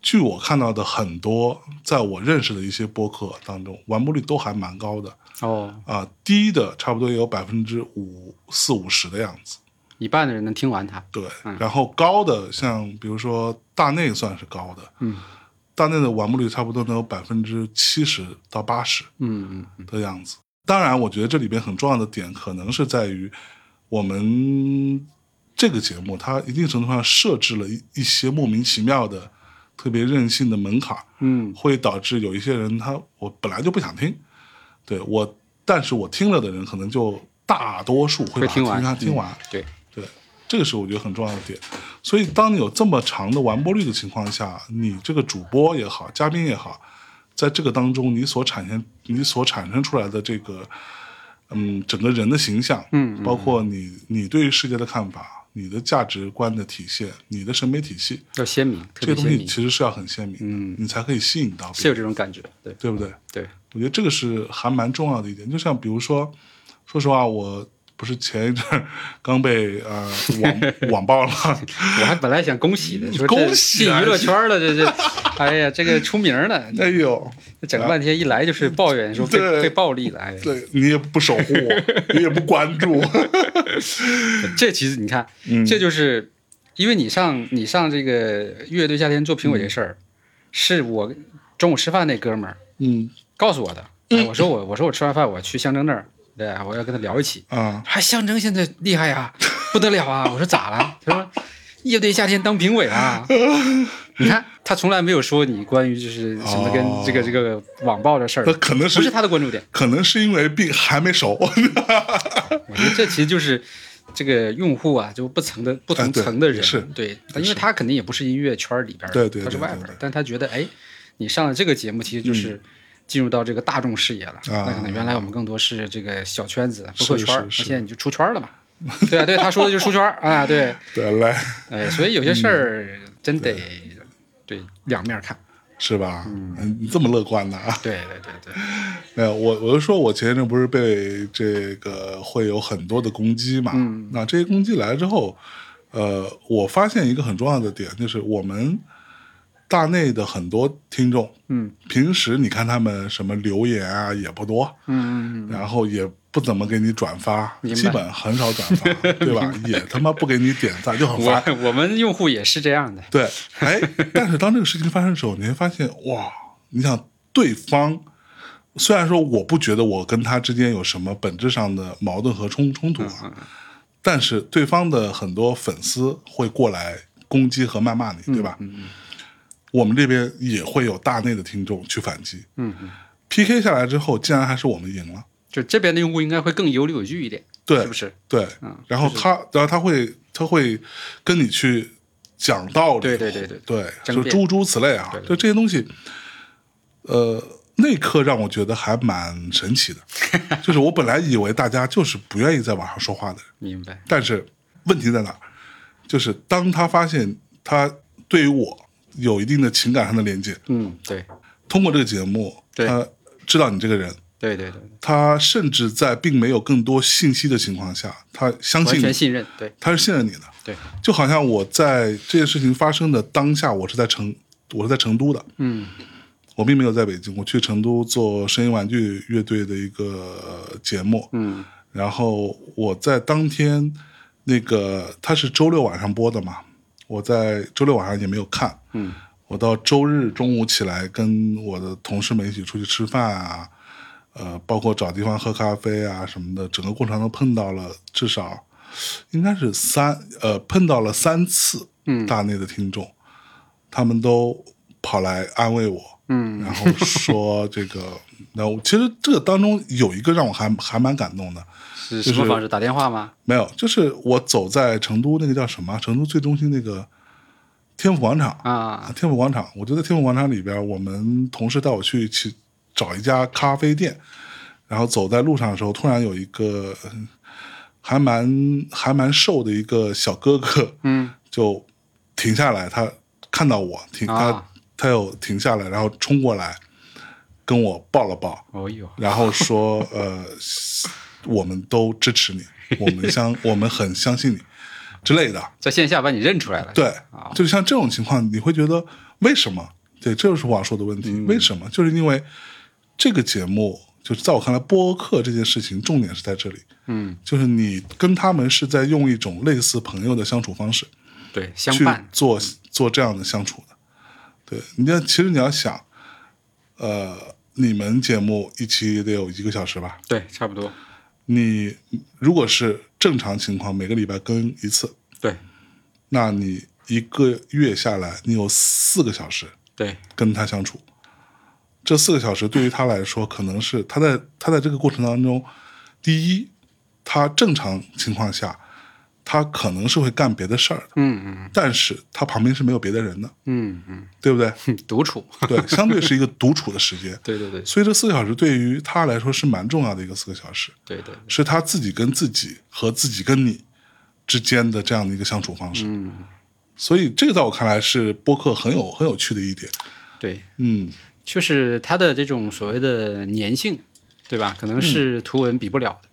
S2: 据我看到的很多，在我认识的一些播客当中，完播率都还蛮高的
S1: 哦，
S2: 啊、低的差不多也有百分之五四五十的样子。
S1: 一半的人能听完它，
S2: 对，然后高的像比如说大内算是高的，
S1: 嗯，
S2: 大内的完播率差不多能有百分之七十到八十，
S1: 嗯嗯嗯，
S2: 的样子。当然，我觉得这里边很重要的点，可能是在于我们这个节目，它一定程度上设置了一一些莫名其妙的、特别任性的门槛，
S1: 嗯
S2: 会导致有一些人他我本来就不想听，对我，但是我听了的人，可能就大多数会把
S1: 会
S2: 它
S1: 听完
S2: 听完，听完
S1: 对，
S2: 对，这个是我觉得很重要的点。所以，当你有这么长的完播率的情况下，你这个主播也好，嘉宾也好，在这个当中，你所产生、你所产生出来的这个，嗯，整个人的形象，
S1: 嗯，
S2: 包括你你对于世界的看法、你的价值观的体现、你的审美体系，
S1: 要鲜明，特
S2: 这
S1: 别
S2: 些东
S1: 鲜
S2: 西
S1: 明，
S2: 其实是要很鲜明的，
S1: 嗯
S2: 你才可以吸引到别
S1: 是有
S2: 人，
S1: 这种感觉，对
S2: 对不对？
S1: 对，
S2: 我觉得这个是还蛮重要的一点。就像比如说，说实话，我不是前一阵儿刚被呃网网暴了，
S1: 我还本来想恭喜的，说这
S2: 恭喜
S1: 进
S2: 啊
S1: 娱乐圈了，这这，哎呀，这个出名了，
S2: 哎呦，
S1: 整个半天一来就是抱怨说被
S2: 对
S1: 被暴力了，哎呀，
S2: 对你也不守护我，你也不关注，
S1: 这其实你看，
S2: 嗯
S1: 这就是因为你上你上这个乐队夏天做评
S2: 嗯
S1: 委这事儿，是我中午吃饭那哥们儿
S2: 嗯
S1: 告诉我的。哎我说我我说我吃完饭我去象征那儿，对，我要跟他聊一起。
S2: 啊，
S1: 还象征现在厉害呀、不得了啊！我说咋了？他说乐队夏天当评委了、 你看他从来没有说你关于就是什么跟
S2: 哦
S1: 这个、这个网暴的事儿
S2: 那，可能
S1: 不是
S2: 是
S1: 他的关注点。
S2: 可能是因为病还没熟，
S1: 我觉得这其实就是这个用户啊，就不层的不同层的人，
S2: 哎对是
S1: 对，但因为他肯定也不是音乐圈里边儿的，
S2: 对对对
S1: 他是外边儿
S2: 对
S1: 的
S2: 对，
S1: 但他觉得哎，你上了这个节目，其实就是进入到这个大众视野了。
S2: 啊
S1: 那可能原来我们更多是这个小圈子、播客
S2: 是
S1: 圈儿，
S2: 是是
S1: 那现在你就出圈儿了嘛。对啊，对，他说的就是出圈儿啊，对，
S2: 对，来
S1: 哎，所以有些事儿真得对两面看，
S2: 是吧？嗯，你这么乐观呢啊？
S1: 对对对对，
S2: 没有，我我就说我前一阵不是被这个会有很多的攻击嘛，
S1: 嗯
S2: 那这些攻击来了之后，呃，我发现一个很重要的点，就是我们大内的很多听众，
S1: 嗯，
S2: 平时你看他们什么留言啊也不多，
S1: 嗯嗯
S2: 然后也不怎么给你转发，
S1: 明白
S2: 基本很少转 发，对吧？也他妈不给你点赞，就很
S1: 嗯，
S2: 烦。
S1: 我我们用户也是这样的，
S2: 对，哎，但是当这个事情发生的时候，你会发现，哇，你想对方虽然说我不觉得我跟他之间有什么本质上的矛盾和冲冲突啊，
S1: 嗯
S2: 但是对方的很多粉丝会过来攻击和谩骂
S1: 嗯
S2: 你，对吧？我们这边也会有大内的听众去反击。
S1: 嗯嗯，
S2: PK 下来之后，竟然还是我们赢了。
S1: 就这边的用户应该会更有理有据一点，
S2: 对
S1: 是不是？
S2: 对，
S1: 嗯
S2: 然后他，然后他会，他会跟你去讲道理，哦
S1: 对对对对
S2: 对，
S1: 争
S2: 就
S1: 辩
S2: 诸诸此类啊
S1: 对，对
S2: 就这些东西，呃，那一刻让我觉得还蛮神 奇的，就是我本来以为大家就是不愿意在网上说话的人，
S1: 明白，
S2: 但是问题在哪儿？就是当他发现他对于我有一定的情感上的连接，
S1: 嗯，对，
S2: 通过这个节目，
S1: 对
S2: 他知道你这个人，
S1: 对对对，
S2: 他甚至在并没有更多信息的情况下，他相
S1: 完
S2: 信
S1: 全
S2: 你，
S1: 信任，对
S2: 他是信任你的。
S1: 对，
S2: 就好像我在这件事情发生的当下，我是在成，我是在成都的，
S1: 嗯，
S2: 我并没有在北京，我去成都做声音玩具乐队的一个呃节目，
S1: 嗯，
S2: 然后我在当天，那个它是周六晚上播的嘛，我在周六晚上也没有看，
S1: 嗯，
S2: 我到周日中午起来跟我的同事们一起出去吃饭啊，呃，包括找地方喝咖啡啊什么的，整个过程都碰到了至少应该是三呃碰到了三次，
S1: 嗯
S2: 大内的听众，他们都跑来安 慰我，
S1: 嗯，
S2: 然后说这个，然后其实这个当中有一个让我还还蛮感动的，
S1: 是
S2: 就
S1: 什么
S2: 是
S1: 方式？打电话吗？
S2: 没有，就是我走在成都那个叫什么，啊成都最中心那个天府广场，
S1: 啊，
S2: 天府广场，我就在天府广场里边，我们同事带我去去找一家咖啡店，然后走在路上的时候，突然有一个嗯还蛮还蛮瘦的一个小哥哥，
S1: 嗯，
S2: 就停下来，他看到我停，他
S1: 啊
S2: 他又停下来，然后冲过来跟我抱了抱，
S1: 哦呦，
S2: 然后说呃，我们都支持你，我们相我们很相信你之类的。
S1: 在线下把你认出来了，
S2: 对
S1: 啊，
S2: 就是像这种情况，你会觉得为什么？对，这就是网说的问题。
S1: 嗯
S2: 为什么？就是因为这个节目，就是在我看来，播客这件事情重点是在这里，
S1: 嗯，
S2: 就是你跟他们是在用一种类似朋友的相处方式。
S1: 对，相
S2: 去
S1: 伴，
S2: 做做这样的相处的。对，你要其实你要想，呃，你们节目一期也得有一个小时吧？
S1: 对，差不多，
S2: 你如果是正常情况，每个礼拜更一次，
S1: 对
S2: 那你一个月下来，你有四个小时
S1: 对，
S2: 跟他相处。这四个小时对于他来说，可能是他在他在这个过程当中，第一，他正常情况下，他可能是会干别的事儿的，
S1: 嗯
S2: 但是他旁边是没有别的人的，
S1: 嗯嗯
S2: 对不对？
S1: 嗯， 独处，。
S2: 对，相对是一个独处的时间
S1: 对对对
S2: 所以这四个小时对于他来说是蛮重要的一个四个小时，
S1: 对对，
S2: 是他自己跟自己和自己跟你之间的这样的一个相处方式。
S1: 嗯，
S2: 所以这个在我看来是播客很有很有趣的一点。
S1: 对，
S2: 嗯，
S1: 就是它的这种所谓的粘性，对吧？可能是图文比不了的。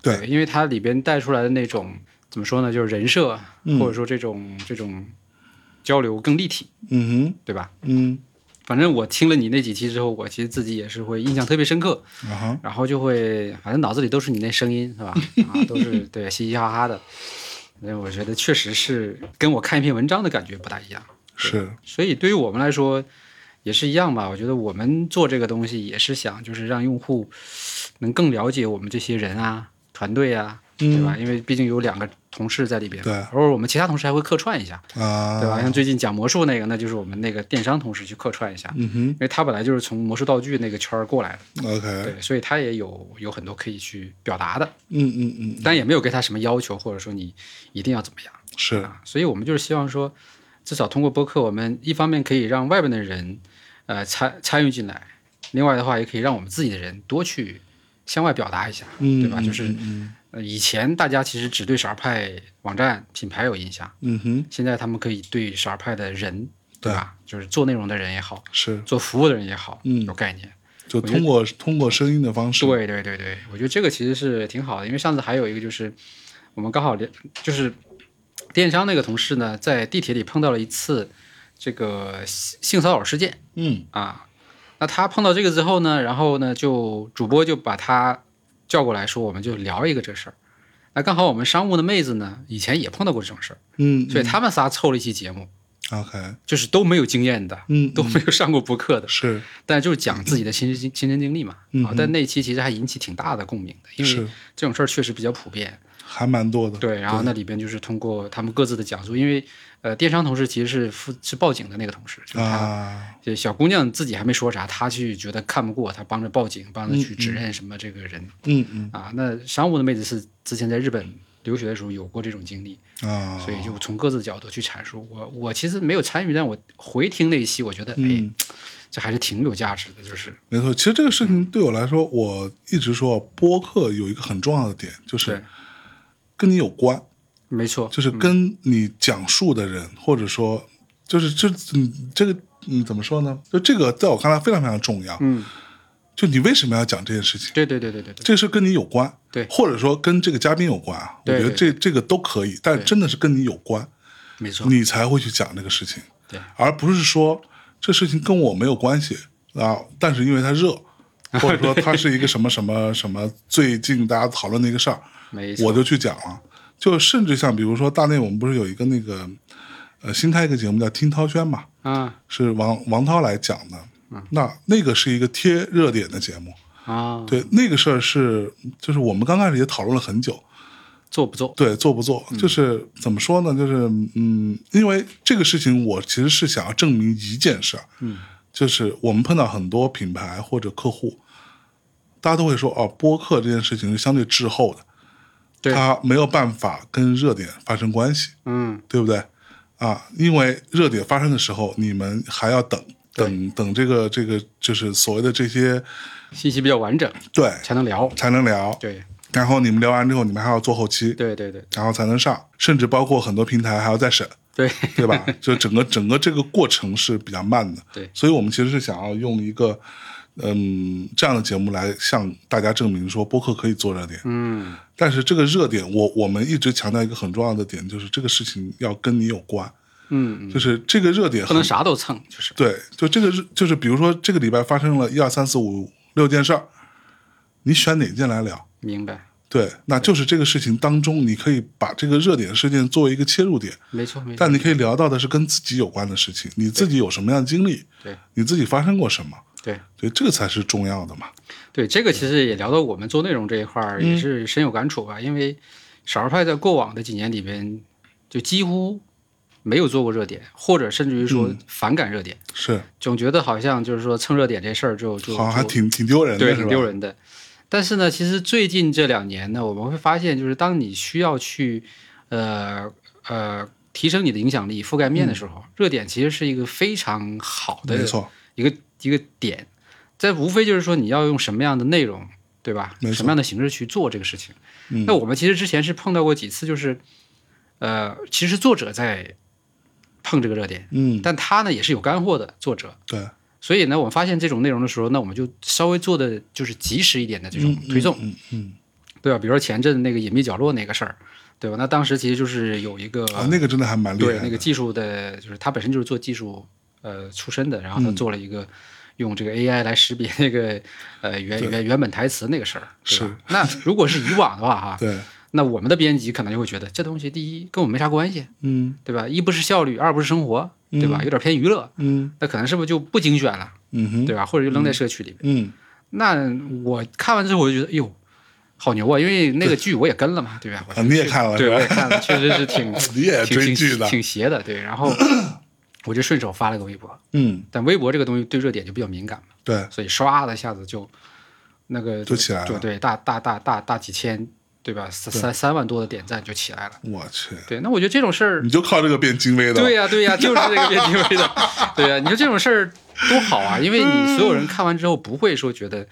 S2: 对
S1: 因为它里边带出来的那种怎么说呢，就是人设，或者说这种这种交流更立体，
S2: 嗯
S1: 对吧
S2: 哼，？嗯，
S1: 反正我听了你那几期之后，我其实自己也是会印象特别深刻，
S2: 啊哈，
S1: 然后就会反正脑子里都是你那声音，是吧？啊，都是对嘻嘻哈哈的。反正我觉得确实是跟我看一篇文章的感觉不大一样。
S2: 是，
S1: 所以对于我们来说也是一样吧。我觉得我们做这个东西也是想，就是让用户能更了解我们这些人啊、团队啊，对吧？因为毕竟有两个同事在里边，
S2: 对
S1: 偶尔我们其他同事还会客串一下，
S2: 啊，
S1: 对吧？像最近讲魔术那个，那就是我们那个电商同事去客串一下，
S2: 嗯
S1: 因为他本来就是从魔术道具那个圈儿过来的，
S2: 哼，OK，
S1: 对，所以他也有有很多可以去表达的，
S2: 嗯嗯嗯，
S1: 但也没有给他什么要求，或者说你一定要怎么样。啊
S2: 是，
S1: 所以我们就是希望说，至少通过播客，我们一方面可以让外面的人，呃，参参与进来；，另外的话，也可以让我们自己的人多去向外表达一下，
S2: 嗯，
S1: 对吧？
S2: 嗯
S1: 就是、
S2: 嗯
S1: 呃以前大家其实只对少儿派网站品牌有印象，
S2: 嗯哼，
S1: 现在他们可以对少儿派的人，对
S2: 对
S1: 吧？就是做内容的人也好，
S2: 是，
S1: 做服务的人也好，
S2: 嗯
S1: 有概念。
S2: 就通过通过声音的方式，
S1: 对对对对，我觉得这个其实是挺好的，因为上次还有一个就是，我们刚好连就是电商那个同事呢，在地铁里碰到了一次这个性性骚扰事件
S2: 嗯
S1: 啊。那他碰到这个之后呢，然后呢，就主播就把他叫过来说，我们就聊一个这事儿。那刚好我们商务的妹子呢，以前也碰到过这种事儿，
S2: 嗯
S1: 所以他们仨凑了一期节目，
S2: ，OK，
S1: 就是都没有经验的，
S2: 嗯，
S1: 都没有上过播课的，
S2: 是
S1: 但就是讲自己的亲身经亲身经历嘛。
S2: 嗯
S1: 啊，但那期其实还引起挺大的共鸣的，因为
S2: 是，
S1: 这种事儿确实比较普遍。
S2: 还蛮多的，
S1: 对，然后那里边就是通过他们各自的讲述，因为呃，电商同事其实是负是报警的那个同事，就是他、
S2: 啊。
S1: 这小姑娘自己还没说啥，他去觉得看不过，他帮着
S2: 嗯
S1: 报警，帮着去指认什么这个人、
S2: 嗯嗯
S1: 啊。那商务的妹子是之前在日本留学的时候有过这种经历，
S2: 啊，
S1: 所以就从各自角度去阐述。我我其实没有参与，但我回听那一期，我觉得
S2: 嗯
S1: 哎，这还是挺有价值的，就是
S2: 没错，其实这个
S1: 嗯
S2: 事情对我来说，我一直说播客有一个很重要的点，就是
S1: 对嗯
S2: 跟你有关，
S1: 没错，
S2: 就是跟你讲述的人，或者说就是这嗯这个嗯怎么说呢？就这个在我看来非常非常重要。
S1: 嗯，
S2: 就你为什么要讲这件事情？
S1: 对对对对对对，
S2: 这个事跟你有关，
S1: 对
S2: 或者说跟这个嘉宾有关啊。我
S1: 对
S2: 觉得
S1: 对
S2: 这这个都可以，但
S1: 对
S2: 真的是跟你有关，
S1: 没错，
S2: 你才会去讲这个事情，
S1: 对，
S2: 而不是说这事情跟我没有关系啊，但是因为它 热。或者说它是一个什么什么什么最近大家讨论的一个事儿，
S1: 没错，
S2: 我就去讲了。就甚至像比如说大内，我们不是有一个那个呃新开一个节目叫《听涛轩》嘛，
S1: 啊
S2: 是王王涛来讲的。
S1: 嗯
S2: 那那个是一个贴热点的节目，
S1: 啊，
S2: 对那个事儿是就是我们刚开始也讨论了很久，
S1: 做不做？
S2: 对做不做，
S1: 嗯
S2: 就是怎么说呢？就是嗯，因为这个事情我其实是想要证明一件事儿，
S1: 嗯，
S2: 就是我们碰到很多品牌或者客户，大家都会说哦，播客这件事情是相对滞后的，
S1: 对
S2: 它没有办法跟热点发生关系，
S1: 嗯，
S2: 对不对？啊，因为热点发生的时候，你们还要等等等这个这个就是所谓的这些
S1: 信息比较完整
S2: 对
S1: 才能聊。
S2: 才能聊，
S1: 对
S2: 然后你们聊完之后，你们还要做后期，
S1: 对对对
S2: 然后才能上，甚至包括很多平台还要再审，
S1: 对，
S2: 对吧？就整个整个这个过程是比较慢的，
S1: 对
S2: 所以我们其实是想要用一个嗯这样的节目来向大家证明说播客可以做热点，
S1: 嗯，
S2: 但是这个热点，我我们一直强调一个很重要的点，就是这个事情要跟你有关，
S1: 嗯，
S2: 就是这个热点
S1: 不
S2: 很
S1: 能啥都蹭，就是
S2: 对，就这个热就是比如说这个礼拜发生了一二三四五六件事儿，你选哪件来聊？
S1: 明白，
S2: 对，那就是这个事情当中，你可以把这个热点事件作为一个切入点，
S1: 没错没错，
S2: 但你可以聊到的是跟自己有关的事情，你自己有什么样的经历，
S1: 对
S2: 你自己发生过什么，
S1: 对
S2: 对，这个才是重要的嘛。
S1: 对，这个其实也聊到我们做内容这一块儿，
S2: 嗯
S1: 也是深有感触吧。因为少儿派在过往的几年里边，就几乎没有做过热点，或者甚至于
S2: 嗯
S1: 说反感热点，
S2: 是，
S1: 总觉得好像就是说蹭热点这事儿就就
S2: 好像还
S1: 就
S2: 挺挺丢人的，
S1: 对，
S2: 是
S1: 挺
S2: 吧？
S1: 丢人的。但是呢，其实最近这两年呢，我们会发现，就是当你需要去，呃呃，提升你的影响力、覆盖面的时候，热点其实是一个非常好的
S2: 嗯没错，
S1: 一个一个点，在无非就是说你要用什么样的内容，对吧？
S2: 没错嗯
S1: 什么样的形式去做这个事情？那我们其实之前是碰到过几次，就是，呃，其实作者在碰这个热点，
S2: 嗯，
S1: 但他呢也是有干货的作者，
S2: 对，嗯
S1: 所以呢，我们发现这种内容的时候，那我们就稍微做的就是及时一点的这种推送，
S2: 嗯嗯
S1: 对吧？比如说前阵那个隐秘角落那个事儿，对吧？那当时其实就是有一个、
S2: 啊，那个真的还蛮厉害
S1: 对
S2: 的，
S1: 那个技术的，就是他本身就是做技术呃出身的，然后他
S2: 嗯
S1: 做了一个、用这个 AI 来识别那个呃原原原本台词那个事儿，对吧那如果是以往的话哈，
S2: 对，
S1: 那我们的编辑可能就会觉得这东西第一跟我没啥关系，
S2: 嗯
S1: 对吧？一不是效率，二不是生活，对吧？有点偏娱乐，
S2: 嗯
S1: 那可能是不是就不精选了，
S2: 嗯哼，
S1: 对吧？或者就扔在社区里面。
S2: 嗯，
S1: 那我看完之后我就觉得，哎呦，好牛啊！因为那个剧我也跟了嘛，对吧？
S2: 啊，你也看了
S1: 对，
S2: 是
S1: 我也
S2: 吧？
S1: 看了，确实是挺
S2: 你也
S1: 挺
S2: 追
S1: 挺
S2: 剧的，
S1: 挺邪的，对。 然后我就顺手发了个微博，
S2: 嗯，
S1: 但微博这个东西对热点就比较敏感嘛，
S2: 对，
S1: 所以唰的一下子就那个
S2: 就起来了
S1: 就对，大大大大大几千，对吧？三三三万多的点赞就起来了。
S2: 我去，
S1: 对，那我觉得这种事儿
S2: 你就靠这个变精微的，
S1: 对，呀、对 呀、就是这个变定位的，对呀、你说这种事儿多好啊，因为你所有人看完之后不会说觉得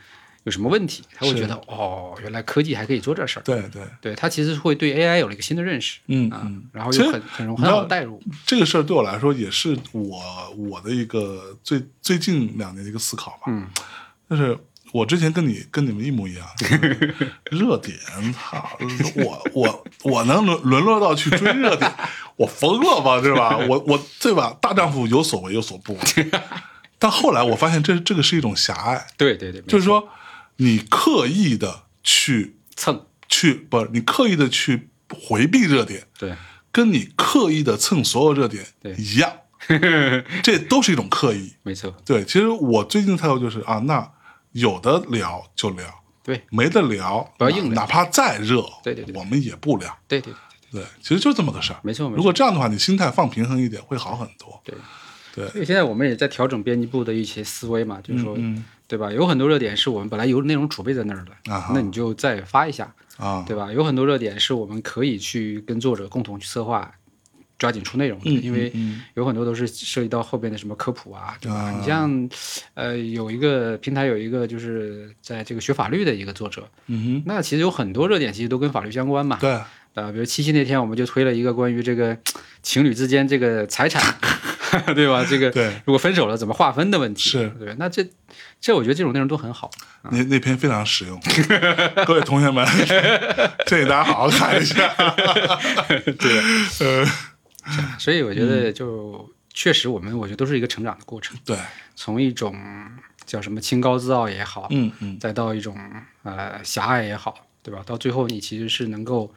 S1: 有什么问题，他会觉得哦，原来科技还可以做这事儿。
S2: 对对，
S1: 对他其实会对 AI 有了一个新的认识，
S2: 嗯
S1: 啊
S2: 嗯，
S1: 然后
S2: 其实
S1: 又很很容
S2: 你
S1: 很
S2: 知道
S1: 好带入，
S2: 这个事儿对我来说也是我我的一个最最近两年的一个思考吧。
S1: 嗯，
S2: 就是我之前跟你跟你们一模一样，就是 热点，操，我我我能沦沦落到去追热点，我疯了吧，对吧？我我对吧？大丈夫有所为有所 不为。但后来我发现这这个是一种狭隘，
S1: 对对对，没
S2: 就是说你刻意的去
S1: 蹭，
S2: 去不，你刻意的去回避热点，
S1: 对，
S2: 跟你刻意的蹭所有热点
S1: 对
S2: 一样， 这都是一种刻意。
S1: 没错，
S2: 对，其实我最近的态度就是啊，那有的聊就聊，
S1: 对
S2: 没得聊
S1: 不要硬聊
S2: 哪哪怕再热，
S1: 对对对
S2: 我们也不聊。
S1: 对对
S2: 对，其实就这么个事儿。
S1: 没错没错
S2: 如果这样的话，你心态放平衡一点，会好很多。
S1: 对
S2: 对嗯
S1: 所以现在我们也在调整编辑部的一些思维嘛，就是说对吧？有很多热点是我们本来有内容储备在那儿的，
S2: 啊哈
S1: 那你就再发一下，
S2: 啊，
S1: 对吧？有很多热点是我们可以去跟作者共同去策划，抓紧出内容的，
S2: 嗯
S1: 因为有很多都是涉及到后边的什么科普啊，对吧？
S2: 啊
S1: 你像，呃，有一个平台有一个就是在这个学法律的一个作者，
S2: 嗯
S1: 那其实有很多热点其实都跟法律相关嘛
S2: 哼，，对，
S1: 啊，比如七夕那天我们就推了一个关于这个情侣之间这个财产， 对吧？这个
S2: 对
S1: 如果分手了怎么划分的问题，
S2: 是
S1: 对。那这这我觉得这种内容都很好，
S2: 那那篇非常 实用，各位同学们， 建议大家好好看一下。对，呃，
S1: 所以我觉
S2: 嗯
S1: 得就、确实我们我觉得都是一个成长的过程，
S2: 对，
S1: 从一种叫什么清高自傲也好，
S2: 嗯嗯，
S1: 再到一种呃狭隘也好，对吧？到最后你其实是能够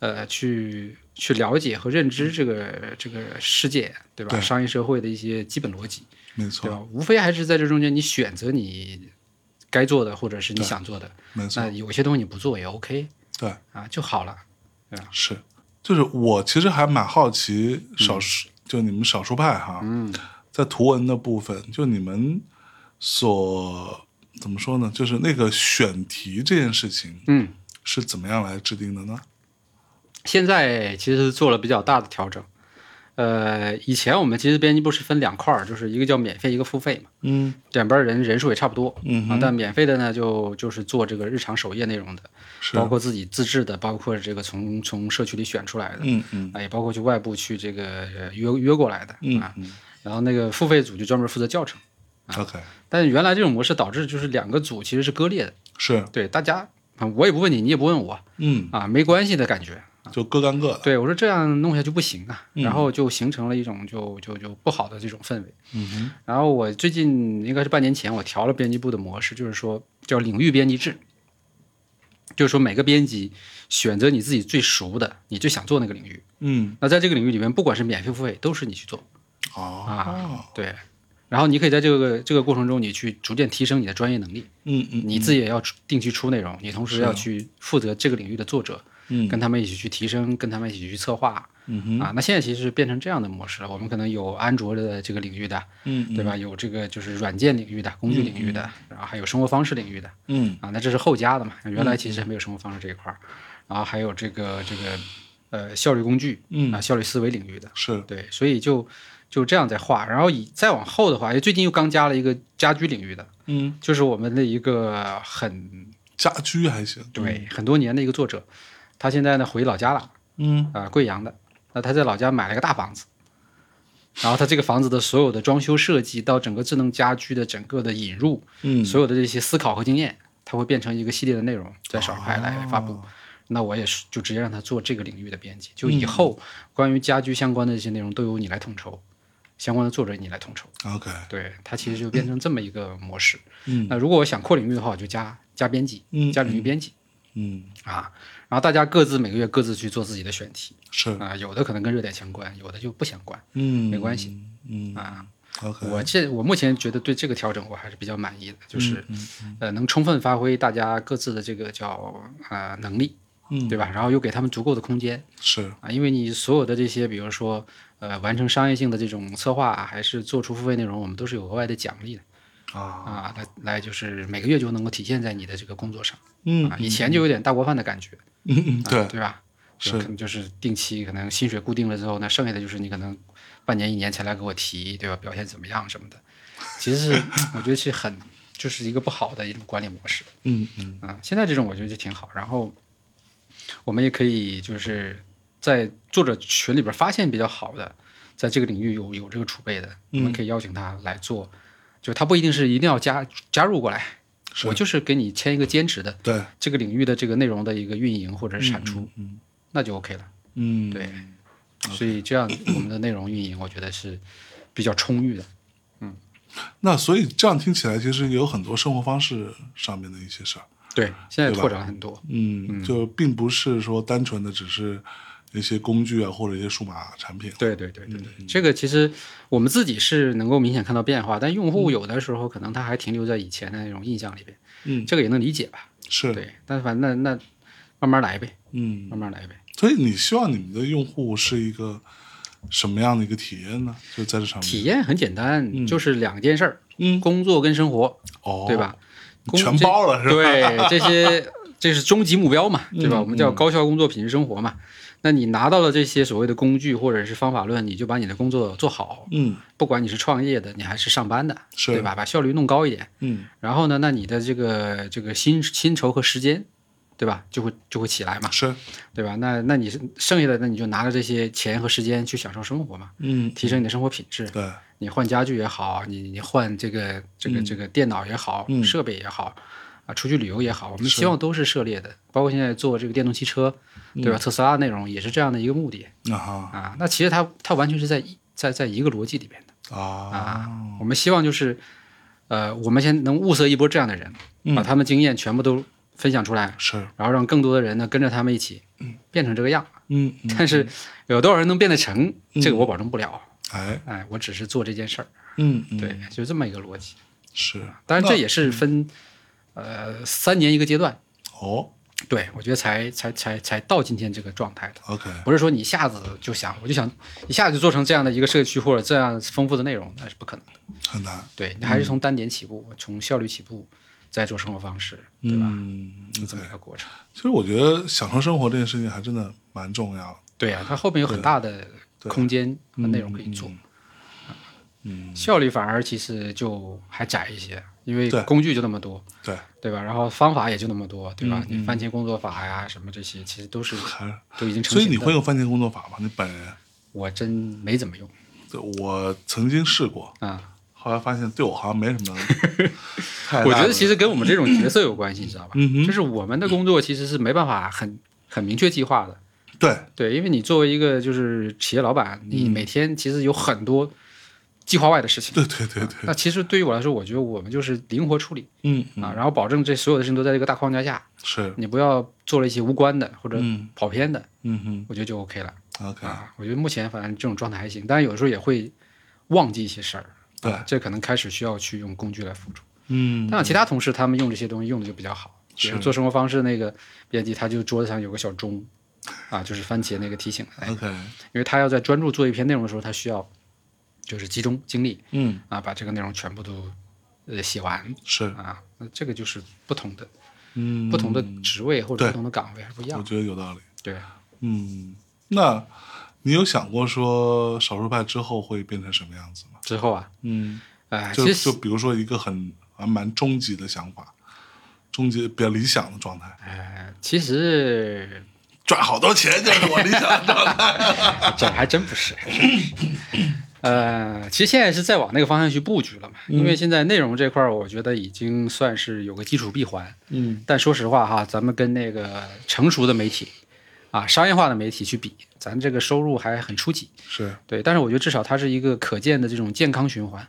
S1: 呃去去了解和认知这个这个世界，对吧？
S2: 对
S1: 商业社会的一些基本逻辑。
S2: 没
S1: 对
S2: 错，
S1: 吧？无非还是在这中间，你选择你该做的，或者是你想做的。
S2: 没错
S1: 那，有些东西你不做也 OK
S2: 对，
S1: 啊，就好了。
S2: 是，就是我其实还蛮好奇
S1: 嗯
S2: 少数，就你们少数派哈，嗯，在图文的部分，就你们所怎么说呢？就是那个选题这件事情
S1: 嗯，
S2: 是怎么样来制定的呢？
S1: 现在其实是做了比较大的调整。呃，以前我们其实编辑部是分两块儿，就是一个叫免费，一个付费嘛。
S2: 嗯
S1: 两边人人数也差不多，
S2: 嗯
S1: 啊，但免费的呢，就就是做这个日常首页内容的，
S2: 是
S1: 包括自己自制的，包括这个从从社区里选出来的，
S2: 嗯嗯
S1: 啊，也包括去外部去这个呃约约过来的
S2: 嗯
S1: 啊。
S2: 嗯
S1: 然后那个付费组就专门负责教程。
S2: ，OK，
S1: 但是原来这种模式导致就是两个组其实是割裂的，
S2: 是，
S1: 对大家，啊我也不问你，你也不问我
S2: 嗯，
S1: 啊，没关系的感觉。
S2: 就各干各的，
S1: 对我说这样弄下去不行啊，
S2: 嗯
S1: 然后就形成了一种就就就不好的这种氛围。
S2: 嗯哼，
S1: 然后我最近应该是半年前，我调了编辑部的模式，就是说叫领域编辑制，就是说每个编辑选择你自己最熟的，你最想做那个领域。
S2: 嗯，
S1: 那在这个领域里面，不管是免费付费，都是你去做。
S2: 哦
S1: 啊，对，然后你可以在这个这个过程中，你去逐渐提升你的专业能力。
S2: 嗯嗯，啊
S1: 你自己也要出定期出内容，你同时要去负责这个领域的作者，
S2: 嗯
S1: 跟他们一起去提升，跟他们一起去策划，
S2: 嗯
S1: 啊，那现在其实变成这样的模式了。我们可能有安卓的这个领域的，
S2: 嗯
S1: 对吧？有这个就是软件领域的、工具领域的，然后还有生活方式领域的，
S2: 嗯
S1: 啊，那这是后加的嘛？原来其实还没有生活方式这一块儿，然后还有这个这个呃效率工具，
S2: 嗯
S1: 啊，效率思维领域的，
S2: 是，
S1: 对，所以就就这样在画，然后以再往后的话，因为最近又刚加了一个家居领域的，
S2: 嗯，
S1: 就是我们的一个很
S2: 家居还行，
S1: 对很多年的一个作者，他现在呢回老家了，
S2: 嗯
S1: 啊、贵阳的，那他在老家买了个大房子，然后他这个房子的所有的装修设计到整个智能家居的整个的引入，
S2: 嗯，
S1: 所有的这些思考和经验，它会变成一个系列的内容，在少数派
S2: 哦
S1: 来发布。那我也是就直接让他做这个领域的编辑，
S2: 嗯
S1: 就以后关于家居相关的这些内容都由你来统筹，相关的作者你来统筹。
S2: ，OK，
S1: 对，它其实就变成这么一个模式。
S2: 嗯
S1: 那如果我想扩领域的话，我就加加编辑，
S2: 嗯
S1: 加领域编辑、
S2: 嗯，
S1: 啊。然后大家各自每个月各自去做自己的选题
S2: 是，
S1: 啊，有的可能跟热点相关，有的就不相关
S2: 嗯，
S1: 没关系，
S2: 嗯
S1: 啊。
S2: ，OK，
S1: 我这我目前觉得对这个调整我还是比较满意的，
S2: 嗯
S1: 就是、呃能充分发挥大家各自的这个叫呃能力，
S2: 嗯
S1: 对吧？然后又给他们足够的空间，
S2: 是，
S1: 啊，因为你所有的这些，比如说，呃，完成商业性的这种策划，啊还是做出付费内容，我们都是有额外的奖励的
S2: 啊，
S1: 啊，来来就是每个月就能够体现在你的这个工作上
S2: 嗯
S1: 啊，以前就有点大锅饭的感觉，
S2: 嗯嗯，对，
S1: 对吧？就可能就是定期可能薪水固定了之后，那剩下的就是你可能半年一年才来给我提，对吧？表现怎么样什么的，其实是我觉得是很就是一个不好的一种管理模式。
S2: 嗯嗯
S1: 啊，现在这种我觉得就挺好。然后我们也可以就是在作者群里边发现比较好的，在这个领域有有这个储备的，我
S2: 嗯
S1: 们可以邀请他来做。就他不一定是一定要加加入过来，
S2: 是
S1: 我就是给你签一个兼职的
S2: 对，
S1: 这个领域的这个内容的一个运营或者是产出，
S2: 嗯
S1: 那就 OK 了。
S2: 嗯，
S1: 对，所以这样我们的内容运营我觉得是比较充裕的。
S2: 那所以这样听起来，其实也有很多生活方式上面的一些事儿，
S1: 对，现在拓展了很多。
S2: 嗯，就并不是说单纯的只是一些工具啊，或者一些数码产品，
S1: 对对对对对，嗯这个其实我们自己是能够明显看到变化，但用户有的时候可能他还停留在以前的那种印象里边，
S2: 嗯，
S1: 这个也能理解吧？
S2: 是，
S1: 对，但反正那那慢慢来呗，
S2: 嗯，
S1: 慢慢来呗。
S2: 所以你希望你们的用户是一个什么样的一个体验呢？就在这上面，
S1: 体验很简单，就是两件事儿，
S2: 嗯
S1: 工作跟生活，
S2: 哦，
S1: 对吧？工
S2: 全包了是吧？
S1: 对，这些 这是终极目标嘛，对吧？
S2: 嗯
S1: 我们叫高效工作、品质生活嘛。那你拿到了这些所谓的工具或者是方法论，你就把你的工作做好，
S2: 嗯
S1: 不管你是创业的，你还是上班的，
S2: 是
S1: 对吧？把效率弄高一点。
S2: 嗯
S1: 然后呢，那你的这个这个薪薪酬和时间，对吧？就会就会起来嘛，
S2: 是
S1: 对吧？那那你是剩下的，那你就拿着这些钱和时间去享受生活嘛，
S2: 嗯
S1: 提升你的生活品质。
S2: 对
S1: 你换家具也好，你你换这个这个这个电脑也好，
S2: 嗯
S1: 设备也好，啊，出去旅游也好，我们
S2: 是
S1: 希望都是涉猎的。包括现在做这个电动汽车，
S2: 嗯
S1: 对吧？特斯拉内容也是这样的一个目的
S2: 啊哈
S1: 啊。那其实它它完全是在一在在一个逻辑里面的
S2: 啊
S1: 啊。我们希望就是，呃，我们先能物色一波这样的人，
S2: 嗯
S1: 把他们经验全部都分享出来，
S2: 是
S1: 然后让更多的人呢跟着他们一起变成这个样。
S2: 嗯嗯
S1: 但是有多少人能变得成，这个我保证不了。
S2: 哎
S1: 哎，我只是做这件事儿，
S2: 嗯嗯
S1: 对，就这么一个逻辑。
S2: 是
S1: 当然这也是分呃三年一个阶段，
S2: 哦
S1: 对我觉得才才才才到今天这个状态的，
S2: OK
S1: 不是说你一下子就想我就想一下子就做成这样的一个社区或者这样丰富的内容，那是不可能的。
S2: 很难
S1: 对你还是从单点起步，从效率起步，再做生活方式，对吧？
S2: 嗯
S1: 就
S2: OK
S1: 这么一个过程。
S2: 其实我觉得享受生活这件事情还真的蛮重要的。
S1: 对呀、它后面有
S2: 啊
S1: 很大的空间
S2: 嗯
S1: 和内容可以做，效率反而其实就还窄一些，因为
S2: 对
S1: 工具就那么多。
S2: 对，嗯
S1: 对吧？然后方法也就那么多，对吧？你番茄工作法呀，什么这些，其实都 是
S2: 还是
S1: 都已经成
S2: 所以
S1: 型
S2: 你
S1: 的。
S2: 会用番茄工作法吗？你本人？
S1: 我真没怎么用
S2: 对我曾经试过，
S1: 啊。
S2: 后来发现对我好像没 什么太大的。
S1: 我觉得其实跟我们这种角色有 关系，你知道吧？
S2: 嗯哼
S1: 就是我们的工作其实是没办法很很明确计划的，
S2: 对
S1: 对，因为你作为一个就是企业老板，你
S2: 嗯
S1: 每天其实有很多计划外的事情。
S2: 对对对对，
S1: 那其实对于我来说，我觉得我们就是灵活处理
S2: 嗯嗯
S1: 啊，然后保证这所有的事情都在这个大框架下，
S2: 是
S1: 你不要做了一些无关的或者
S2: 嗯
S1: 跑偏的，
S2: 嗯
S1: 我觉得就 OK 了。
S2: 哼 OK
S1: 啊，我觉得目前反正这种状态还行，但是有时候也会忘记一些事儿，
S2: 对
S1: 这可能开始需要去用工具来辅助。
S2: 嗯
S1: 但有其他同事他们用这些东西用的就比较好，比如
S2: 是
S1: 做生活方式那个编辑，他就桌子上有个小钟，啊，就是番茄那个提醒，哎
S2: OK
S1: 因为他要在专注做一篇内容的时候，他需要就是集中精力
S2: 嗯
S1: 啊，把这个内容全部都呃写完
S2: 是
S1: 啊，那这个就是不同的
S2: 嗯
S1: 不同的职位或者
S2: 对
S1: 不同的岗位还是不一样
S2: 我
S1: 的，
S2: 觉得有道理。
S1: 对。
S2: 嗯，那你有想过说少数派之后会变成什么样子吗？
S1: 之后啊，
S2: 嗯，
S1: 哎，
S2: 就
S1: 其实
S2: 就比如说一个很还蛮终极的想法，终极比较理想的状态，
S1: 哎，其实
S2: 赚好多钱就是我理想的状态。
S1: 这还真不是。呃，其实现在是在往那个方向去布局了嘛，因为现在内容这块儿，我觉得已经算是有个基础闭环。
S2: 嗯，
S1: 但说实话哈，咱们跟那个成熟的媒体啊、商业化的媒体去比，咱这个收入还很初级。
S2: 是
S1: 对，但是我觉得至少它是一个可见的这种健康循环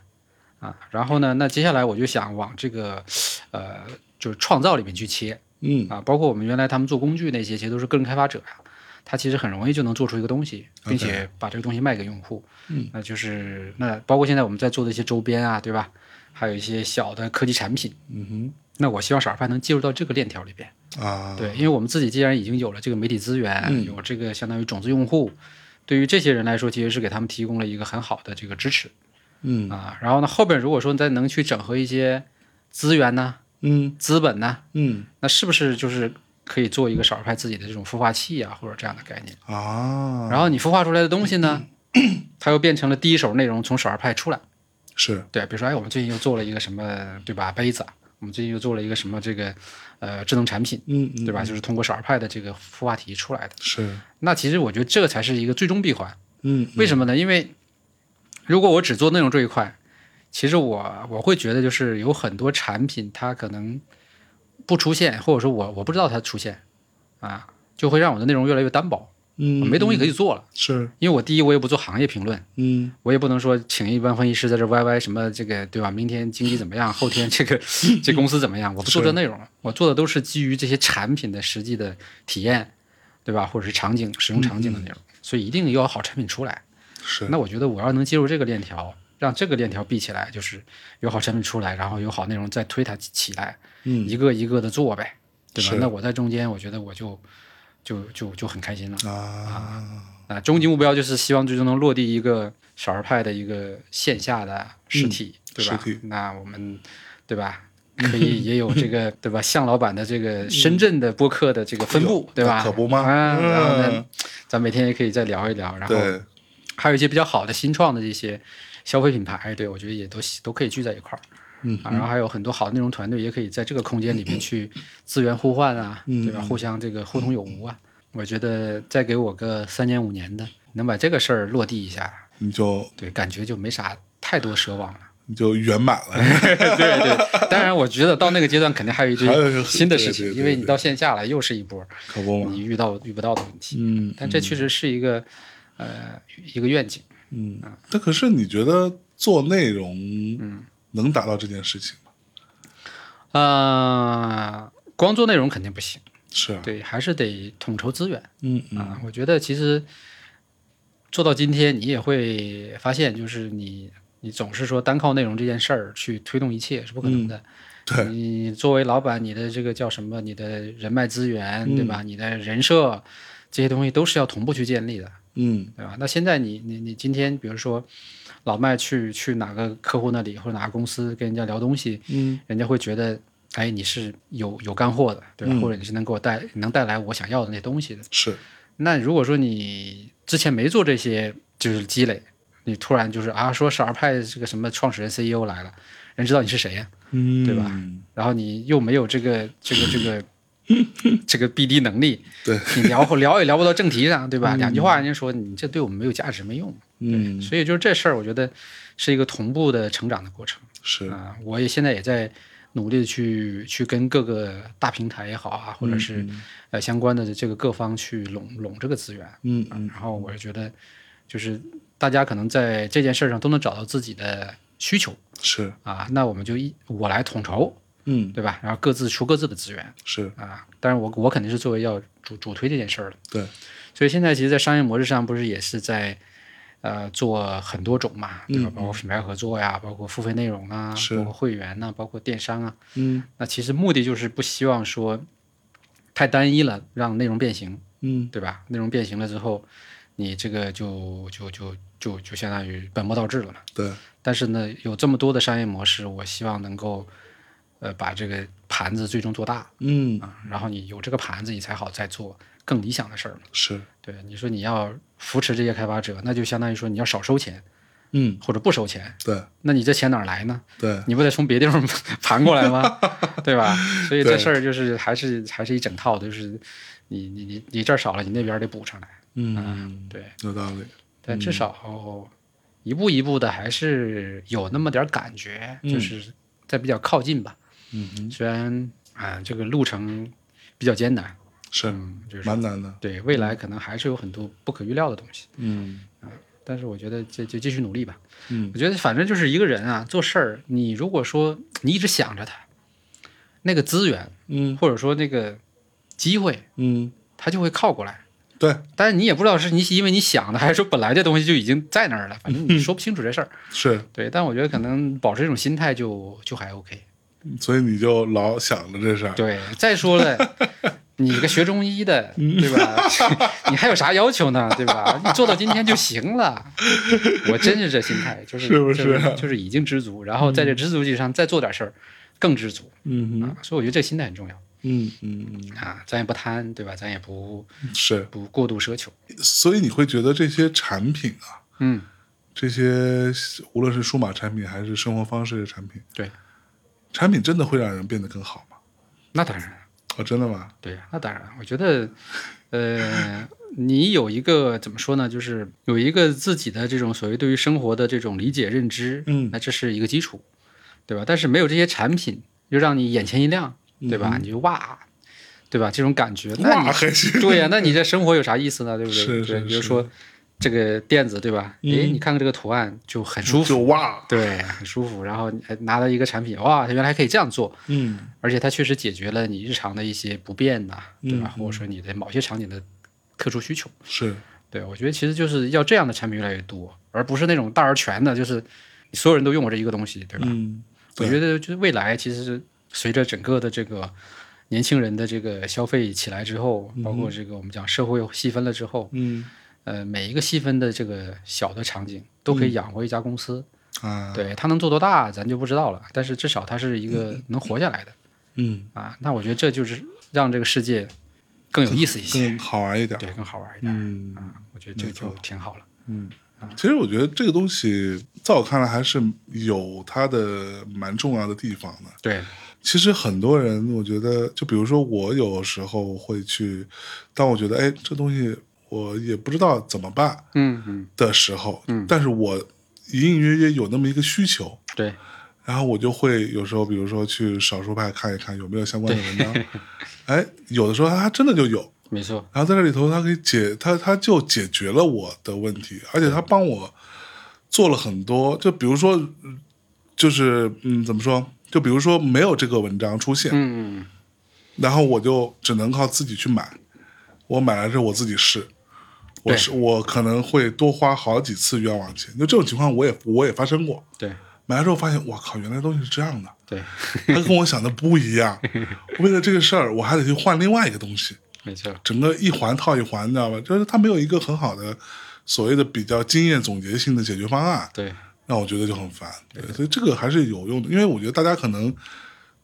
S1: 啊。然后呢，那接下来我就想往这个呃，就是创造里面去切。
S2: 嗯
S1: 啊，包括我们原来他们做工具那些，其实都是个人开发者呀、他其实很容易就能做出一个东西，并且把这个东西卖给用户。嗯，那就是那包括现在我们在做的一些周边啊，对吧？还有一些小的科技产品。
S2: 嗯
S1: 那我希望少儿派能介入到这个链条里边。
S2: 哼啊，
S1: 对，因为我们自己既然已经有了这个媒体资源，
S2: 嗯
S1: 有这个相当于种子用户，对于这些人来说，其实是给他们提供了一个很好的这个支持
S2: 嗯
S1: 啊。然后呢，后边如果说你再能去整合一些资源呐、
S2: 嗯
S1: 资本呐、
S2: 嗯
S1: 那是不是就是可以做一个少数派自己的这种孵化器啊，或者这样的概念？
S2: 啊，
S1: 然后你孵化出来的东西呢，
S2: 嗯
S1: 它又变成了第一手内容从少数派出来。
S2: 是
S1: 对，比如说，哎，我们最近又做了一个什么，对吧？杯子啊，我们最近又做了一个什么这个呃智能产品，
S2: 嗯嗯
S1: 对吧？就是通过少数派的这个孵化题出来的。
S2: 是
S1: 那其实我觉得这才是一个最终闭环。
S2: 嗯
S1: 为什么呢？因为如果我只做内容这一块，其实我我会觉得就是有很多产品它可能不出现，或者说我我不知道它出现啊，就会让我的内容越来越单薄，
S2: 嗯
S1: 没东西可以做了。
S2: 是
S1: 因为我第一我也不做行业评论，
S2: 嗯
S1: 我也不能说请一帮分析师在这歪歪什么这个对吧？明天经济怎 么样？后天这个这公司怎么样？我不做这内容了，我做的都是基于这些产品的实际的体验，对吧？或者是场景使用场景的内容，所以一定要有好产品出来。
S2: 嗯是
S1: 那我觉得我要能接入这个链条，让这个链条闭起来，就是有好产品出来，然后有好内容再推它起来，
S2: 嗯
S1: 一个一个的做呗，对吧
S2: 是？
S1: 那我在中间，我觉得我就就就就很开心了。
S2: 啊，
S1: 啊，终极目标就是希望最终能落地一个少儿派的一个线下的实体，对吧？
S2: 嗯实体
S1: 那我们对吧？可以也有这 个对吧？向老板的这个深圳的播客的这个分布，对吧？
S2: 嗯可不嘛
S1: 啊，
S2: 嗯
S1: 然后呢，咱每天也可以再聊一聊，然后
S2: 对，
S1: 还有一些比较好的新创的这些消费品牌，对我觉得也都都可以聚在一块儿。
S2: 嗯
S1: 啊，然后还有很多好的内容团队也可以在这个空间里面去资源互换啊，
S2: 嗯
S1: 对吧？互相这个互通有无啊。我觉得再给我个三年五年的，能把这个事儿落地一下，
S2: 你就
S1: 对，感觉就没啥太多奢望了。
S2: 你就圆满了，
S1: 对对，当然我觉得到那个阶段肯定还有一堆
S2: 还有一个
S1: 新的
S2: 对
S1: 事
S2: 对
S1: 情，
S2: 对
S1: 因为
S2: 对
S1: 你到线下来又是一波
S2: 可不嘛？
S1: 你遇到遇不到的问题。
S2: 嗯，
S1: 但这确实是一个呃一个愿景。
S2: 嗯，那可是你觉得做内容，能达到这件事情吗？
S1: 呃，光做内容肯定不行，
S2: 是啊，
S1: 对，还是得统筹资源
S2: 嗯嗯
S1: 啊。我觉得其实做到今天，你也会发现，就是你你总是说单靠内容这件事儿去推动一切是不可能的。
S2: 嗯对
S1: 你作为老板，你的这个叫什么？你的人脉资源，对吧？你的人设，这些东西都是要同步去建立的。
S2: 嗯
S1: 对吧？那现在你你你今天比如说老麦去去哪个客户那里或者哪个公司跟人家聊东西，
S2: 嗯，
S1: 人家会觉得，哎，你是有有干货的，对
S2: 嗯
S1: 吧？或者你是能给我带能带来我想要的那些东西的。
S2: 是，
S1: 那如果说你之前没做这些就是积累，你突然就是啊说少儿派这个什么创始人 CEO 来了，人知道你是谁呀、
S2: 嗯，
S1: 对吧？然后你又没有这个这个这个这个 BD 能力，
S2: 对
S1: 你 聊聊也聊不到正题上，对吧？两句话人家说你这对我们没有价值，没用。
S2: 嗯，
S1: 所以就是这事儿，我觉得是一个同步的成长的过程
S2: 是，
S1: 啊、我也现在也在努力的去去跟各个大平台也好啊，或
S2: 嗯
S1: 者是呃相关的这个各方去拢拢这个资源。
S2: 嗯
S1: 啊然后我是觉得，就是大家可能在这件事儿上都能找到自己的需求
S2: 是，
S1: 啊，那我们就一我来统筹，
S2: 嗯
S1: 对吧？然后各自出各自的资源
S2: 是，
S1: 啊。当然我我肯定是作为要主主推这件事儿的。
S2: 对，
S1: 所以现在其实，在商业模式上，不是也是在呃做很多种嘛，对吧？包括品牌合作呀，包括付费内容啊，
S2: 嗯是
S1: 包括会员呐、包括电商啊。
S2: 嗯
S1: 那其实目的就是不希望说太单一了，让内容变形，
S2: 嗯
S1: 对吧？内容变形了之后，你这个就就就就就相当于本末倒置了嘛。
S2: 对，
S1: 但是呢，有这么多的商业模式，我希望能够呃把这个盘子最终做大
S2: 嗯
S1: 啊，然后你有这个盘子，你才好再做更理想的事儿嘛。
S2: 是，
S1: 对，你说你要扶持这些开发者，那就相当于说你要少收钱
S2: 嗯
S1: 或者不收钱，
S2: 对
S1: 那你这钱哪儿来呢？
S2: 对，
S1: 你不得从别地方 盘过来吗？ 对吧？所以
S2: 对
S1: 这事儿就是还是还是一整套，就是你你你你这儿少了，你那边儿得补上来。
S2: 嗯
S1: 对，
S2: 有道理，
S1: 但至少一步一步的还是有那么点儿感觉，就是在比较靠近吧。
S2: 嗯哼
S1: 虽然啊、这个路程比较艰难，
S2: 是
S1: 嗯，就是
S2: 蛮难的，
S1: 对未来可能还是有很多不可预料的东西。
S2: 嗯
S1: 但是我觉得这就继续努力吧。
S2: 嗯，
S1: 我觉得反正就是一个人啊，做事儿，你如果说你一直想着他，那个资源
S2: 嗯
S1: 或者说那个机会，
S2: 嗯，
S1: 他就会靠过来。
S2: 对，
S1: 但是你也不知道是你因为你想的，还是说本来这东西就已经在那儿了，反正你说不清楚这事儿。
S2: 是，
S1: 对，但我觉得可能保持这种心态就就还 OK。
S2: 所以你就老想着这事 儿，
S1: 对，再说了，你个学中医的，对 吧？你还有啥要求呢？对吧？你做到今天就行了。我真是这心态，就是
S2: 是不是
S1: 就是？就是已经知足，然后在这知足基础上再做点事儿，更知足
S2: 嗯哼
S1: 啊。所以我觉得这心态很重要
S2: 嗯嗯
S1: 啊，咱也不贪，对吧？咱也不
S2: 嗯是，
S1: 不过度奢求。
S2: 所以你会觉得这些产品啊。
S1: 嗯，
S2: 这些无论是数码产品还是生活方式的产品，
S1: 对，
S2: 产品真的会让人变得更好吗？
S1: 那当然，
S2: 哦，真的吗？
S1: 对呀，那当然。我觉得，呃，你有一个怎么说呢？就是有一个自己的这种所谓对于生活的这种理解认知，
S2: 嗯
S1: 那这是一个基础，对吧？但是没有这些产品，就让你眼前一亮，对吧？你就哇，对吧？这种感觉，那你
S2: 嗯哇，还是
S1: 对呀、那你这生活有啥意思呢？对不对？
S2: 是是
S1: 对比如
S2: 是嗯
S1: 说这个垫子，对吧？诶，你看看这个图案就很舒服，
S2: 就哇，
S1: 对，很舒服。然后你还拿到一个产品，哇，它原来还可以这样做，
S2: 嗯
S1: 而且它确实解决了你日常的一些不便呐、对
S2: 嗯
S1: 吧？或者说你的某些场景的特殊需求。
S2: 是，
S1: 对，我觉得其实就是要这样的产品越来越多，而不是那种大而全的，就是你所有人都用我这一个东西，对吧？
S2: 嗯
S1: 我觉得就是未来其实是随着整个的这个年轻人的这个消费起来之后，包括这个我们讲社会细分了之后，
S2: 嗯
S1: 呃，每一个细分的这个小的场景都可以养活一家公司。
S2: 啊，
S1: 对它能做多大，咱就不知道了，但是至少它是一个能活下来的
S2: 嗯，
S1: 啊。那我觉得这就是让这个世界更有意思一些，
S2: 嗯更好玩一点。
S1: 对，更好玩一点。
S2: 嗯，
S1: 啊，我觉得这就挺好了。
S2: 其实我觉得这个东西，在我看来还是有它的蛮重要的地方的。
S1: 对，
S2: 其实很多人，我觉得，就比如说我有时候会去，当我觉得哎，这东西我也不知道怎么办
S1: 嗯嗯，
S2: 的时候，嗯，但是我隐隐约约有那么一个需求，
S1: 对，
S2: 然后我就会有时候，比如说去少数派看一看有没有相关的 文章，哎，有的时候它还真的就有，
S1: 没错，
S2: 然后在这里头，它可以解，它它就解决了我的问题，而且它帮我做了很多，就比如说，嗯就是嗯，怎么说？就比如说没有这个文章出现，
S1: 嗯嗯
S2: 然后我就只能靠自己去买，我买来之后我自己试。我
S1: 对
S2: 是我可能会多花好几次冤枉钱，就这种情况我也我也发生过。
S1: 对
S2: 买来之后发现，我靠，原来东西是这样的，
S1: 对，
S2: 它跟我想的不一样。为了这个事儿，我还得去换另外一个东西。
S1: 没错，
S2: 整个一环套一环，你知道吧？就是他没有一个很好的所谓的比较经验总结性的解决方案，
S1: 对
S2: 让我觉得就很烦。对，所以这个还是有用的，因为我觉得大家可能，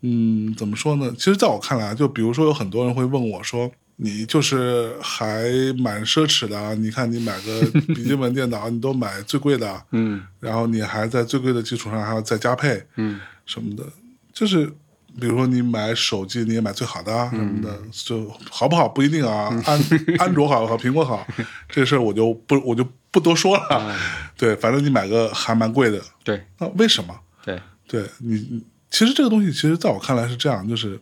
S2: 嗯，怎么说呢？其实在我看来，啊就比如说有很多人会问我说。你就是还蛮奢侈的啊！你看，你买个笔记本电脑，你都买最贵的，啊
S1: 嗯
S2: 然后你还在最贵的基础上还要再加配，
S1: 嗯，
S2: 什么的，就是比如说你买手机，你也买最好的
S1: 嗯
S2: 啊什么的，就好不好不一定啊， 安安卓好和苹果好，这事儿我就不我就不多说
S1: 嗯
S2: 了。 对，反正你买个还蛮贵的，
S1: 对
S2: 那为什么？
S1: 对
S2: 对你，你其实这个东西，其实在我看来是这样，就是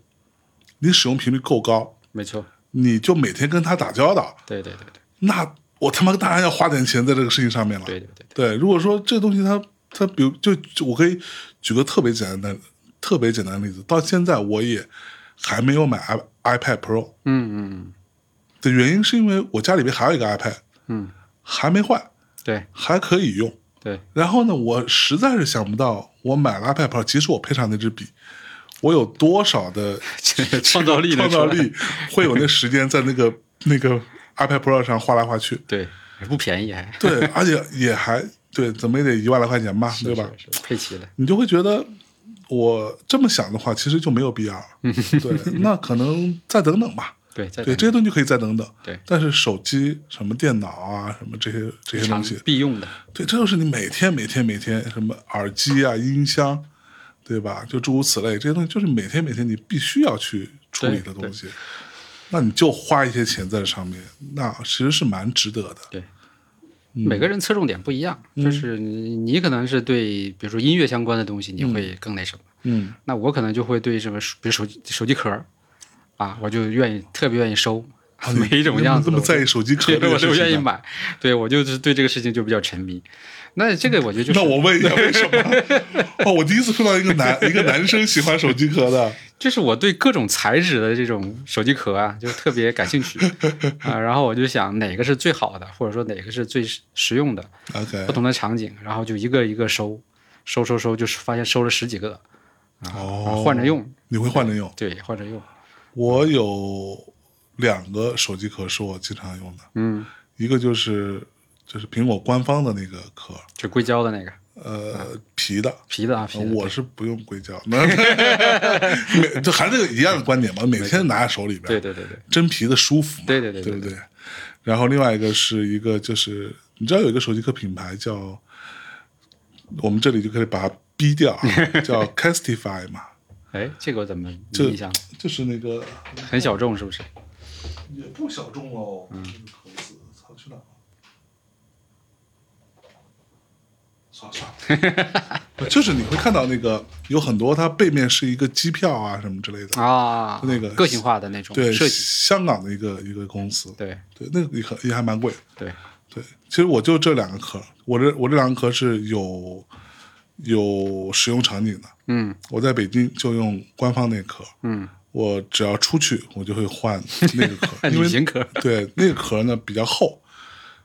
S2: 你使用频率够高，
S1: 没错，
S2: 你就每天跟他打交道，
S1: 对对对对
S2: 那我他妈当然要花点钱在这个事情上面了。
S1: 对对对，
S2: 对，如果说这个东西它它比如就就我可以举个特别简单的特别简单的例子，到现在我也还没有买 i iPad Pro
S1: 嗯嗯
S2: 的原因是因为我家里边还有一个 iPad
S1: 嗯，
S2: 还没坏，
S1: 对
S2: 还可以用。
S1: 对
S2: 然后呢，我实在是想不到，我买了 iPad Pro，即使我配上那支笔，我有多少的
S1: 创造力
S2: 创
S1: 能
S2: 造
S1: 出来
S2: 力会有那时间在那个那个 iPad Pro 上画来画去。
S1: 对，不便宜还，
S2: 对，而且也还对，怎么也得一万来块钱吧，对吧？
S1: 是？是是配齐了，
S2: 你就会觉得我这么想的话，其实就没有必 要了。对，那可能再等等吧。
S1: 对，再
S2: 对，
S1: 等
S2: 这些东西可以再等等。
S1: 对
S2: 但是手机、什么电脑啊、什么这些这些
S1: 常
S2: 东西，
S1: 必用的，
S2: 对，这就是你每天、每天、每天什么耳机啊、音箱，对吧？就诸如此类这些东西，就是每天、每天你必须要去处理的
S1: 对
S2: 东西。那你就花一些钱在这上面，那其实是蛮值得的。
S1: 对。
S2: 嗯
S1: 每个人侧重点不一样，就是你你可能是对，比如说音乐相关的东西，你会更那什么。
S2: 嗯，
S1: 那我可能就会对什么手，比如手机手机壳儿啊，我就愿意特别愿意收， 每一种样子
S2: 这
S1: 的
S2: 啊么
S1: 我都
S2: 在意手机壳
S1: 对
S2: 这个
S1: 我
S2: 事
S1: 都愿意
S2: 情呢？
S1: 买，对我就是对这个事情就比较沉迷。那这个我觉得就是
S2: 那我问一下，为什么？ 哦，我第一次碰到一个男一个男生喜欢手机壳的，
S1: 就是我对各种材质的这种手机壳啊， 就特别感兴趣啊。然后我就想哪个是最好的，或者说哪个是最实实用的，
S2: OK，
S1: 不同的场景，然后就一个一个收，收收收，就是发现收了十几个，啊
S2: 哦，
S1: 换着，用，
S2: 你会换着用。
S1: 对，换着用，
S2: 我有两个手机壳是我经常用的，
S1: 嗯，
S2: 一个就是就是苹果官方的那个壳，
S1: 就硅胶的那个
S2: 呃，皮的。
S1: 皮的啊，啊皮的，
S2: 我是不用硅胶， 每就还是这个一样的观点嘛，每天拿在手里边，
S1: 对对对对
S2: 真皮的舒服嘛，
S1: 对对对
S2: 对
S1: 对
S2: 不对？然后另外一个是一个就是你知道有一个手机壳品牌叫，我们这里就可以把它逼掉 啊，叫 Castify 嘛，
S1: 对，哎，这个我怎么没
S2: 就
S1: 印象？
S2: 就是那个
S1: 很小众是不是？
S2: 也不小众喽，
S1: 嗯
S2: 这个口子，操去哪儿了？算了算 了，就是你会看到那个有很多它背面是一个机票啊什么之类的，
S1: 啊，
S2: 那个
S1: 个性化的那种
S2: 对，
S1: 设计，
S2: 香港的一个一个公司，
S1: 对
S2: 对，那个也很也还蛮贵的。
S1: 对，
S2: 对，其实我就这两个壳，我这我这两个壳是有有使用场景的。
S1: 嗯
S2: 我在北京就用官方那壳，
S1: 嗯，
S2: 我只要出去我就会换那个 壳，因
S1: 旅
S2: 为
S1: 行壳
S2: 对那个壳呢比较厚，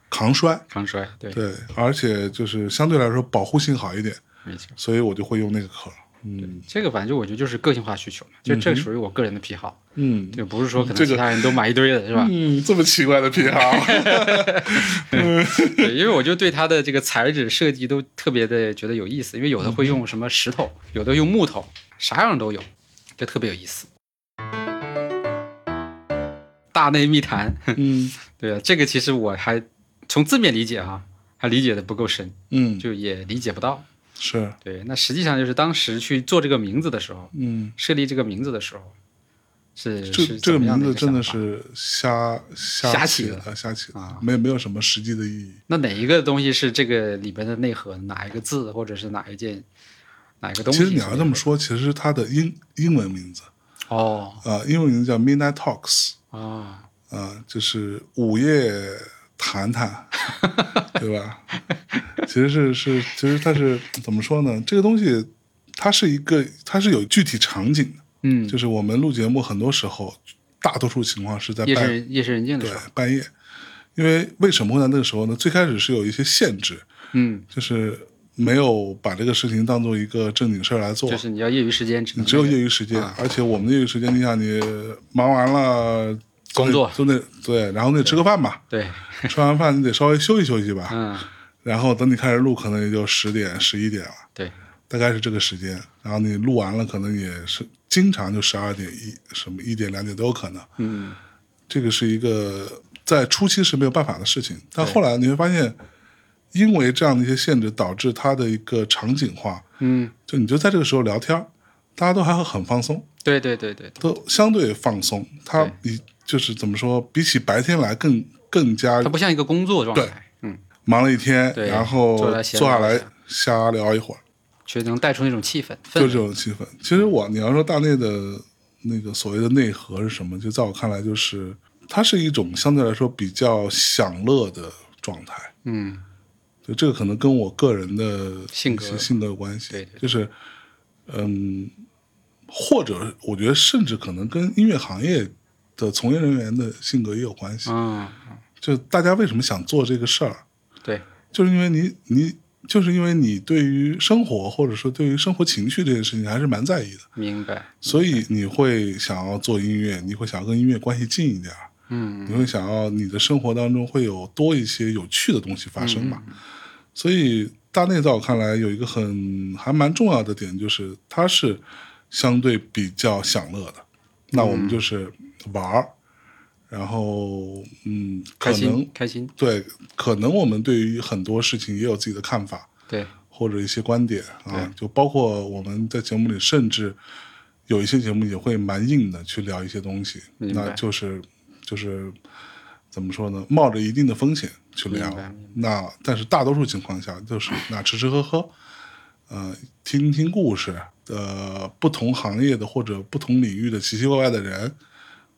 S2: 抗摔，
S1: 抗摔，对，
S2: 对，而且就是相对来说保护性好一点，
S1: 没错，
S2: 所以我就会用那个壳。嗯
S1: 这个反正我觉得就是个性化需求嘛，就这属于我个人的癖好，
S2: 嗯
S1: 就不是说可
S2: 这
S1: 能
S2: 个
S1: 其他人都买一堆的是吧？
S2: 嗯，这么奇怪的癖 好，嗯
S1: 对，因为我就对它的这个材质设计都特别的觉得有意思，因为有的会用什么石头，有的用木头，啥样都有，这特别有意思。大内密谈，
S2: 嗯
S1: 对啊，这个其实我还从字面理解哈、还理解的不够深，
S2: 嗯，
S1: 就也理解不到。
S2: 是，
S1: 对，那实际上就是当时去做这个名字的时候，
S2: 嗯，
S1: 设立这个名字的时候，是
S2: 这
S1: 是
S2: 这
S1: 怎
S2: 个
S1: 么样
S2: 名
S1: 一
S2: 字
S1: 个
S2: 真的
S1: 想法
S2: 是瞎瞎
S1: 瞎起的
S2: 的，瞎起的
S1: 啊，
S2: 没有没有什么实际的意义。
S1: 那哪一个东西是这个里边的内核？哪一个字，或者是哪一件，哪一个东西？
S2: 其实你要这么，说，其实它的英英文名字
S1: 哦
S2: 啊、呃英文名字叫 Midnight Talks
S1: 哦，
S2: 啊、呃就是午夜谈 谈，对吧？其实是是，其实它是怎么说呢？这个东西它是一个，它是有具体场景的，
S1: 嗯，
S2: 就是我们录节目很多时候，大多数情况是在
S1: 夜
S2: 半
S1: 深夜深人静的
S2: 哎对
S1: 时候，
S2: 半夜，因为为什么会在那个时候呢？最开始是有一些限制，
S1: 嗯，
S2: 就是没有把这个事情当做一个正经事儿来做，
S1: 就是你啊要业余时间只
S2: 你
S1: 能
S2: 只有
S1: 那个
S2: 业余时间，而且我们的业余时间，你想你忙完了
S1: 工作
S2: 就得对，然后你得吃个饭吧，
S1: 对，
S2: 吃完饭你得稍微休息休息吧，
S1: 嗯，
S2: 然后等你开始录，可能也就十点十一点了，
S1: 对，
S2: 大概是这个时间。然后你录完了，可能也是经常就十二点一什么一点两点都有可能。
S1: 嗯，
S2: 这个是一个在初期是没有办法的事情，但
S1: 对
S2: 后来你会发现，因为这样的一些限制，导致它的一个场景化，
S1: 嗯，
S2: 就你就在这个时候聊天儿，大家都还会很放松，
S1: 对对对对，
S2: 都相对放松。它
S1: 对
S2: 比就是怎么说，比起白天来更更加
S1: 它不像一个工作状
S2: 啊对
S1: 态，嗯，
S2: 忙了一天，
S1: 对
S2: 然后
S1: 坐下来闲
S2: 坐下
S1: 聊一
S2: 来
S1: 下
S2: 瞎聊一会儿，
S1: 却能带出那种气氛氛
S2: 就这
S1: 围，
S2: 种气氛。其实我你要说大内的那个所谓的内核是什么，就在我看来，就是它是一种相对来说比较享乐的状态。
S1: 嗯，
S2: 就这个可能跟我个人的
S1: 性格
S2: 一些性格有关系，
S1: 对对对
S2: 就是嗯，或者我觉得甚至可能跟音乐行业的从业人员的性格也有关系。
S1: 嗯，
S2: 就大家为什么想做这个事儿，
S1: 对，
S2: 就是因为你你就是因为你对于生活或者说对于生活情绪这件事情还是蛮在意的，
S1: 明白，
S2: 所以你会想要做音乐，你会想要跟音乐关系近一点儿，
S1: 嗯，
S2: 你会想要你的生活当中会有多一些有趣的东西发生吧。
S1: 嗯
S2: 所以大内在我看来有一个很还蛮重要的点，就是它是相对比较享乐的。那
S1: 嗯
S2: 我们就是玩儿，然后嗯，
S1: 开
S2: 可能
S1: 心开心，
S2: 对，可能我们对于很多事情也有自己的看法
S1: 对，
S2: 或者一些观点啊，就包括我们在节目里甚至。有一些节目也会蛮硬的去聊一些东西，
S1: 明
S2: 那
S1: 白
S2: 就是就是怎么说呢，冒着一定的风险去聊
S1: 明白明白。
S2: 那但是大多数情况下就是那吃吃喝喝，呃，听听故事，呃，不同行业的或者不同领域的奇奇怪怪的人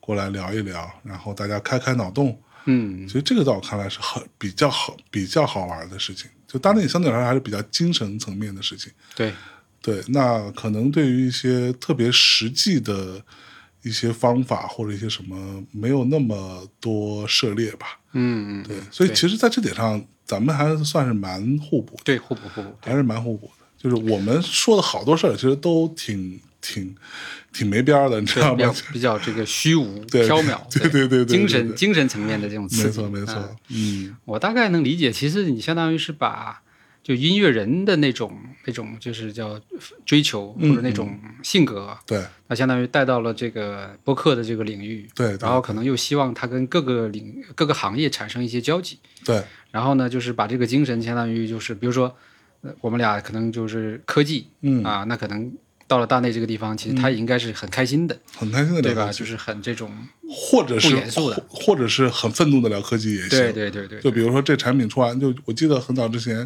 S2: 过来聊一聊，然后大家开开脑洞。
S1: 嗯，
S2: 其实这个在我看来是很比较好、比较好玩的事情。就当然，相对来说还是比较精神层面的事情。
S1: 对，
S2: 对，那可能对于一些特别实际的一些方法或者一些什么，没有那么多涉猎吧。
S1: 嗯，
S2: 对
S1: 嗯，
S2: 所以其实，在这点上，咱们还算是蛮互补的，
S1: 对，互补互补，
S2: 还是蛮互补的。就是我们说的好多事儿，其实都挺挺挺没边儿的，你知
S1: 对
S2: 道
S1: 比较
S2: 吗？
S1: 比较这个虚无
S2: 对
S1: 缥缈，
S2: 对对对对对
S1: 精神
S2: 对
S1: 精神层面的这种刺
S2: 没
S1: 激，
S2: 错，没
S1: 嗯
S2: 错，嗯
S1: 我大概能理解，其实你相当于是把就音乐人的那种那种就是叫追求或
S2: 嗯
S1: 者那种性格，
S2: 对
S1: 那、相当于带到了这个播客的这个领域，
S2: 对
S1: 然后可能又希望他跟各个领各个行业产生一些交集，
S2: 对，
S1: 然后呢，就是把这个精神相当于就是比如说、呃我们俩可能就是科技、
S2: 嗯，
S1: 啊，那可能到了大内这个地方，其实他也应该是很开心的，
S2: 很开心的
S1: 对吧？
S2: 聊科
S1: 就
S2: 技，
S1: 是很这种，
S2: 或者
S1: 不
S2: 是
S1: 严肃的
S2: 或或者是很愤怒的聊科技也行，
S1: 对对对对，
S2: 就比如说这产品出完，就我记得很早之前，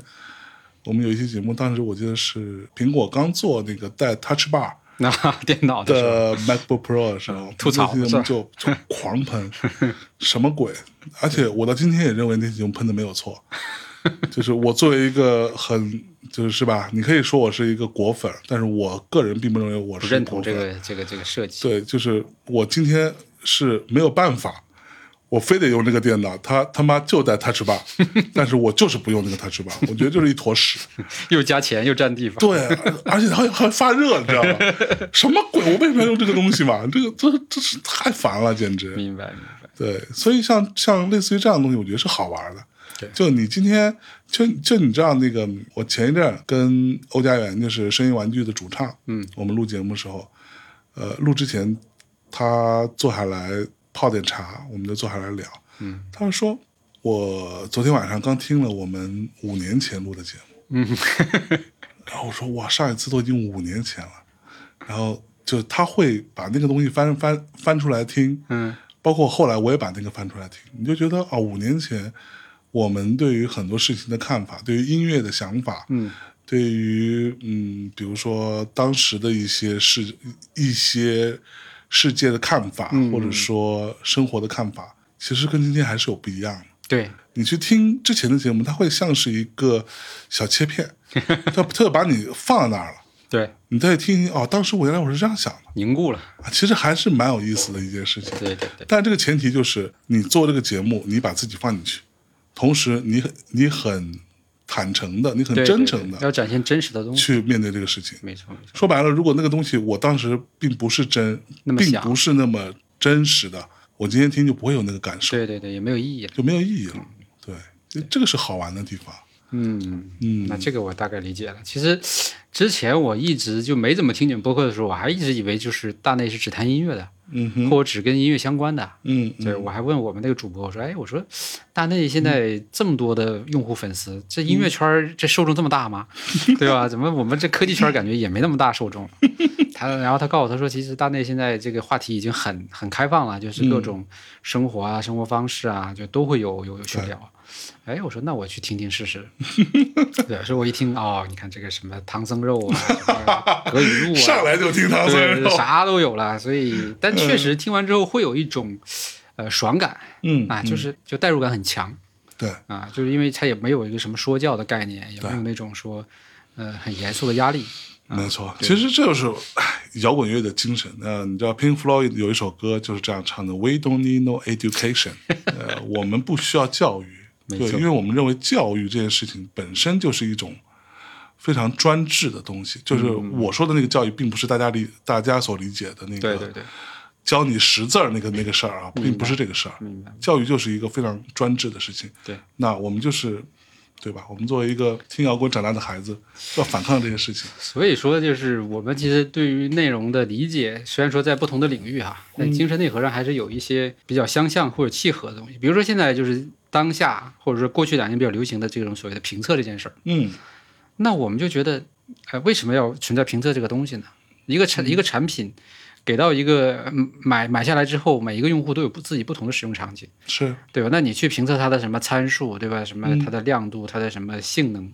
S2: 我们有一期节目，当时我记得是苹果刚做那个带 Touch Bar
S1: 那 电脑的时候，
S2: 的 MacBook Pro 的时候，
S1: 吐槽
S2: 那
S1: 是
S2: 期节
S1: 吧
S2: 目就就 狂喷，什么鬼？而且我到今天也认为那期节目喷的没有 错，就是我作为一个很就是是吧，你可以说我是一个果粉，但是我个人并不认为我
S1: 不
S2: 是
S1: 认
S2: 果
S1: 同这
S2: 粉
S1: 个这个这个设计，
S2: 对，就是我今天是没有办法，我非得用这个电脑，他他妈就带 Touch Bar，但是我就是不用那个 Touch Bar，我觉得就是一坨屎。
S1: 又加钱又占地方。
S2: 对，而且还还发热，你知道吗？什么鬼？我为什么要用这个东西嘛？这个这这是太烦了，简直。
S1: 明白明白。
S2: 对，所以像像类似于这样的东西，我觉得是好玩的。
S1: 对
S2: 就你今天就就你知道那个，我前一阵儿跟欧家园，就是声音玩具的主唱，
S1: 嗯，
S2: 我们录节目的时候，呃，录之前他坐下来泡点茶，我们就坐下来聊，
S1: 嗯，
S2: 他就说我昨天晚上刚听了我们五年前录的节目，
S1: 嗯，
S2: 然后我说哇，上一次都已经五年前了，然后就他会把那个东西翻翻翻出来听，
S1: 嗯
S2: 包括后来我也把那个翻出来听，你就觉得啊，五年前我们对于很多事情的看法，对于音乐的想法，
S1: 嗯
S2: 对于嗯，比如说当时的一些事、一些世界的看法，
S1: 嗯
S2: 或者说生活的看法，其实跟今天还是有不一样的。
S1: 对，
S2: 你去听之前的节目，它会像是一个小 切片，它它把你放在那儿了，
S1: 对，
S2: 你再听哦，当时我原来我是这样想的，
S1: 凝固了，
S2: 啊其实还是蛮有意思的一件事情。
S1: 对对对，
S2: 但这个前提就是你做这个节目，你把自己放进去，同时你很你很坦诚的，你很
S1: 对
S2: 真诚
S1: 对对
S2: 的
S1: 要展现真实的东西，
S2: 去面对这个事情。
S1: 没错没错，
S2: 说白了，如果那个东西我当时并不是真
S1: 那，么
S2: 并
S1: 想
S2: 不是那么真实的，我今天听就不会有那个感受，
S1: 对对对，也没有意义了，
S2: 就没有意义了。对，这个是好玩的地方。
S1: 嗯。
S2: 嗯
S1: 那这个我大概理解了。其实之前我一直就没怎么听你们播客的时候，我还一直以为就是大内是只谈音乐的，
S2: 嗯哼，
S1: 或者只跟音乐相关的。
S2: 嗯
S1: 对，我还问我们那个主播，我说：“哎，我说大内现
S2: 嗯
S1: 在这么多的用户粉丝，这音乐圈儿这受众这么大 吗？对吧？怎么我们这科技圈儿感觉也没那么大受众？” 他然后他告诉我，他说：“其实大内现在这个话题已经很很开放了，就是
S2: 嗯
S1: 各种生活啊、生活方式啊，就都会有有有去聊。”哎，我说那我去听听试试。 对，所以我一听哦，你看这个什么唐僧肉啊，什么葛雨露啊，
S2: 上来就听唐僧
S1: 对，
S2: 肉，
S1: 啥都有了。所以，但确实听完之后会有一种呃爽感
S2: 嗯
S1: 啊，就是就代入感很强
S2: 对，
S1: 啊，就是因为它也没有一个什么说教的概念，也没有那种说呃很严肃的压力。
S2: 没错，其实这就是唉摇滚乐的精神。呃，你知道 Pink Floyd 有一首歌就是这样唱的：“We don't need no education，呃，我们不需要教育，
S1: 没
S2: 对，
S1: 错
S2: 因为我们认为教育这件事情本身就是一种非常专制的东西。就是
S1: 嗯
S2: 我说的那个教育，并不是大家理大家所理解的那
S1: 对对
S2: 个
S1: 对，
S2: 教你识字儿那个那个事儿啊，并不是这个事儿。
S1: 明白。
S2: 教育就是一个非常专制的事情。
S1: 嗯对，
S2: 那我们就是，对吧？我们作为一个听摇滚长大的孩子，要反抗这些事情。
S1: 所以说，就是我们其实对于内容的理解，虽然说在不同的领域哈，
S2: 嗯
S1: 但精神内核上还是有一些比较相像或者契合的东西。比如说现在就是当下，或者说过去两年比较流行的这种所谓的评测这件事儿。
S2: 嗯
S1: 那我们就觉得，呃，为什么要存在评测这个东西呢？一个产一个产品给到一个嗯买买下来之后，每一个用户都有不自己不同的使用场景，
S2: 是，
S1: 对吧？那你去评测它的什么参数，对吧？什么它的亮度，它的什么性能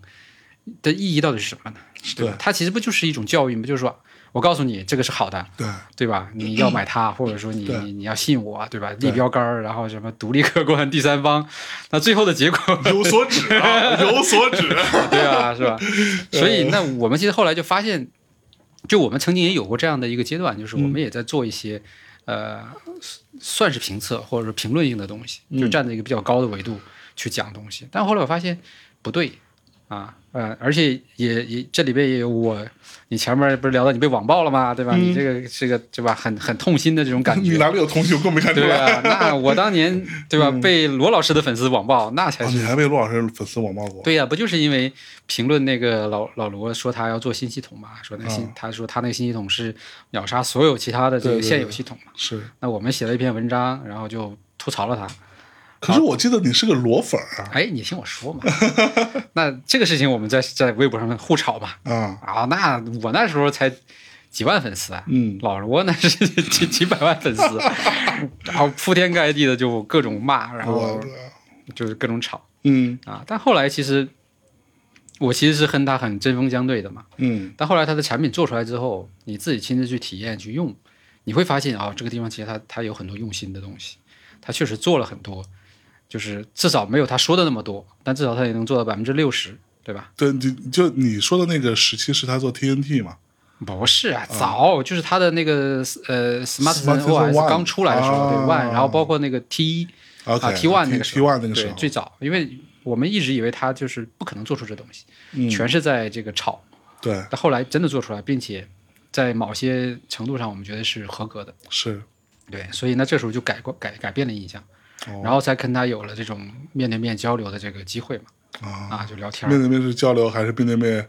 S1: 的意义到底是什么呢？对
S2: 对
S1: 吧？它其实不就是一种教育吗？就是说我告诉你这个是好的，
S2: 对。
S1: 对吧？你 要买它，或者说你
S2: 对
S1: 你你要信我，对吧？立标杆儿，然后什么独立客观第三方，那最后的结果
S2: 有所指 啊，有所指。
S1: 对啊，是吧？所以那我们其实后来就发现，就我们曾经也有过这样的一个阶段，就是我们也在做一些、呃算是评测或者说评论性的东西，就站在一个比较高的维度去讲东西。但后来我发现不对啊，呃，而且也也这里边也有我，你前面不是聊到你被网暴了吗？对吧？你这个这个对吧？很很痛心的这种感
S2: 你
S1: 觉。
S2: 哪里有同情？我更没看出
S1: 对
S2: 来。
S1: 啊，那我当年对吧，被罗老师的粉丝网暴，那才
S2: 哦，
S1: 是
S2: 你还被陆老师粉丝网暴过？
S1: 对呀、不就是因为评论那个老老罗说他要做新系统嘛，说那个新、他说他那个新系统是秒杀所有其他的这
S2: 嗯对
S1: 个
S2: 对对
S1: 现有系统嘛。
S2: 是。
S1: 那我们写了一篇文章，然后就吐槽了他。
S2: 可是我记得你是个裸粉儿啊。
S1: 哎，你听我说 嘛，那这个事情我们在在微博上面互吵嘛。
S2: 啊，
S1: 啊，那我那时候才几万粉丝啊，
S2: 嗯，
S1: 老罗那是几几百万粉丝，然后铺天盖地的就各种骂，然后
S2: 我，
S1: 就是各种吵
S2: 嗯
S1: 啊。但后来其实我其实是跟他很针锋相对的嘛。
S2: 嗯，
S1: 但后来它的产品做出来之后，你自己亲自去体验去用，你会发现啊、这个地方其实它它有很多用心的东西，它确实做了很多，就是至少没有他说的那么多，但至少它也能做到百分之六十，对吧？
S2: 对，你就你说的那个时期是他做 TNT 嘛？
S1: 不是啊，早、就是它的那个呃 Smart
S2: Smartisan
S1: OS
S2: One
S1: 刚出来的时候，对
S2: 啊
S1: One，然后包括那个 T 一
S2: OK，
S1: 啊 T one 那个
S2: T one 那个时
S1: 对
S2: 候，
S1: 最早，因为我们一直以为他就是不可能做出这东西，
S2: 嗯
S1: 全是在这个炒，
S2: 对
S1: 但后来真的做出来，并且在某些程度上我们觉得是合格的，
S2: 是
S1: 对，所以那这时候就改过改改变了印象，
S2: 哦
S1: 然后才跟他有了这种面对面交流的这个机会嘛，
S2: 啊，
S1: 啊，就聊天儿
S2: 面，对面是交流还是面对面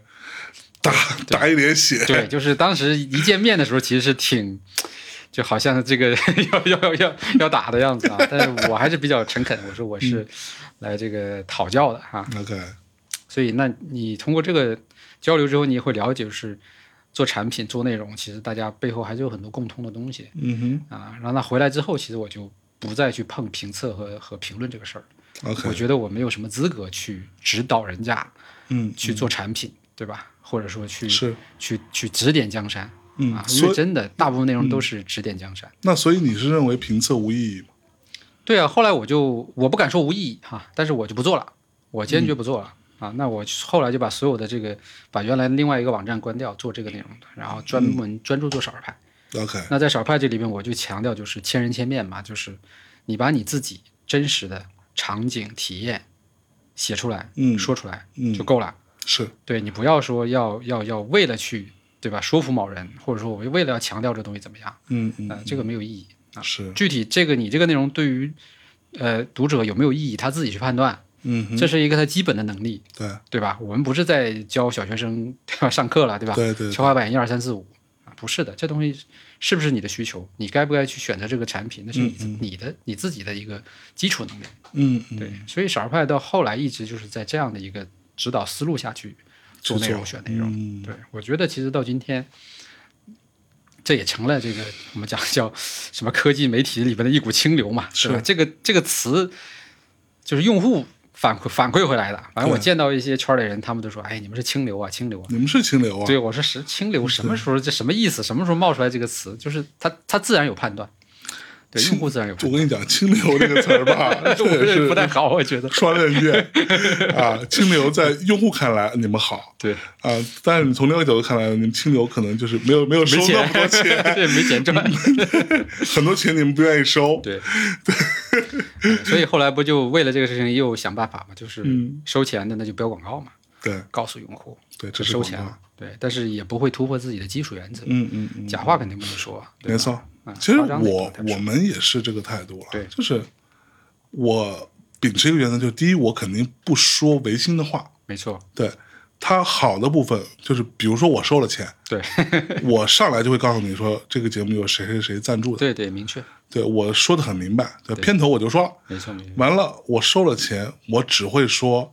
S2: 打打一脸血？
S1: 对，就是当时一见面的时候，其实是挺，就好像这个 要要要要打的样子啊。但是我还是比较诚恳，我说我是来这个讨教的啊。
S2: OK，
S1: 所以，那你通过这个交流之后，你会了解，就是做产品、做内容，其实大家背后还是有很多共通的东西
S2: 嗯
S1: 啊。然后他回来之后，其实我就不再去碰评测和和评论这个事儿，
S2: 哼
S1: 我
S2: ，OK，
S1: 觉得我没有什么资格去指导人家
S2: 嗯，
S1: 去做产品，对吧？或者说去
S2: 是，
S1: 去去指点江山。
S2: 嗯
S1: 啊，，因
S2: 所
S1: 为
S2: 以嗯
S1: 真的大部分内容都是指点江山。
S2: 那所以你是认为评测无意义吗？
S1: 对啊，后来我就我不敢说无意义哈、但是我就不做了，我坚
S2: 嗯
S1: 决不做了、啊。那我后来就把所有的这个把原来另外一个网站关掉，做这个内容的，然后
S2: 嗯
S1: 专门、专注做少儿派。
S2: OK，
S1: 那在少儿派这里边，我就强调就是千人千面嘛，就是你把你自己真实的场景体验写出来，
S2: 嗯
S1: 说出来
S2: 嗯
S1: 就够了。
S2: 是
S1: 对你不要说要要要为了去对吧说服某人，或者说我为了要强调这东西怎么样，
S2: 嗯
S1: 嗯、啊
S2: 嗯
S1: 这个没有意义。
S2: 是
S1: 具体这个你这个内容对于呃读者有没有意义，他自己去判断，
S2: 嗯哼
S1: 这是一个他基本的能力，
S2: 对
S1: 对吧？我们不是在教小学生 对吧上课了，对吧？
S2: 对对
S1: 天花板一二三四五啊，不是的，这东西是不是你的需求，你该不该去选择这个产品，那是你、你的你自己的一个基础能力。
S2: 嗯嗯
S1: 对，所以少儿派到后来一直就是在这样的一个指导思路下去做内容、选内容。
S2: 嗯
S1: 对，我觉得其实到今天，这也成了这个我们讲叫什么科技媒体里边的一股清流嘛，是吧？这个这个词就是用户反馈反馈回来的。反正我
S2: 对
S1: 见到一些圈里人，他们都说：“哎，你们是清流啊，清流啊。”
S2: 你们是清流啊？
S1: 对，我说是清
S2: 嗯
S1: 流，什么时候这什么意思？什么时候冒出来这个词？就是他他自然有判断，对用户自然有判
S2: 我跟你讲，“清流”这个词儿吧，
S1: 断，
S2: 这
S1: 我
S2: 也
S1: 觉得
S2: 是
S1: 不太好，我觉得。
S2: 双刃 剑啊。清流在用户看来你们好
S1: 对，
S2: 啊，但是你从另外一个角度看来，你们清流可能就是没有没有收
S1: 没
S2: 那么
S1: 钱，
S2: 多 钱，
S1: 对，没钱赚，
S2: 很多钱你们不愿意收。
S1: 对。嗯 所以后来不就为了这个事情又想办法嘛，就是
S2: 嗯
S1: 收钱的那就标广告嘛，
S2: 对
S1: 告诉用户
S2: 对，这
S1: 就是收
S2: 广
S1: 钱
S2: 告。
S1: 了，对，但是也不会突破自己的基础原则，
S2: 嗯嗯嗯，
S1: 假话肯定不能说，对
S2: 没
S1: 吧，
S2: 错
S1: 嗯。
S2: 其实
S1: 夸张点
S2: 我
S1: 他说
S2: 我们也是这个态度了，
S1: 对
S2: 就是我秉持一个原则，就是第一，我肯定不说违心的话，
S1: 没错，
S2: 对。它好的部分就是，比如说我收了 钱，
S1: 对，
S2: 我上来就会告诉你说这个节目有谁谁谁赞助的，
S1: 对对，明确，
S2: 对我说的很明白，对片头我就说了，
S1: 没 错没错，
S2: 完了我收了钱，我只会说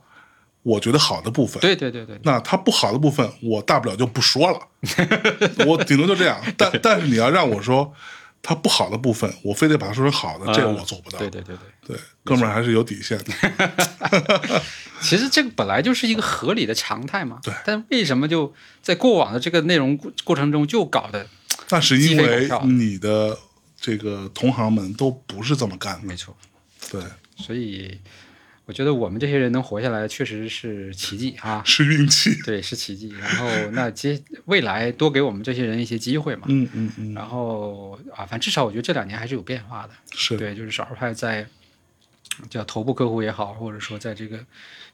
S2: 我觉得好的部分，
S1: 对对对对，
S2: 那它不好的部分，我大不了就不说 了，我顶多就这样。但但是你要让我说它不好的部分，我非得把它说成好的，这个
S1: 嗯
S2: 我做不到。
S1: 对对对对，
S2: 对哥们儿还是有底线的。
S1: 其实这个本来就是一个合理的常态嘛，
S2: 对
S1: 但为什么就在过往的这个内容过过程中就搞得
S2: 那是因
S1: 鸡飞狗
S2: 为
S1: 跳
S2: 你的这个同行们都不是这么干的。
S1: 没错，
S2: 对，！
S1: 所以我觉得我们这些人能活下来，确实是奇迹啊
S2: 是运气。
S1: 对，是奇迹。然后那接未来多给我们这些人一些机会嘛。
S2: 嗯嗯嗯，
S1: 然后啊，反正至少我觉得这两年还是有变化的。
S2: 是
S1: 对，就是少数派在叫头部客户也好，或者说在这个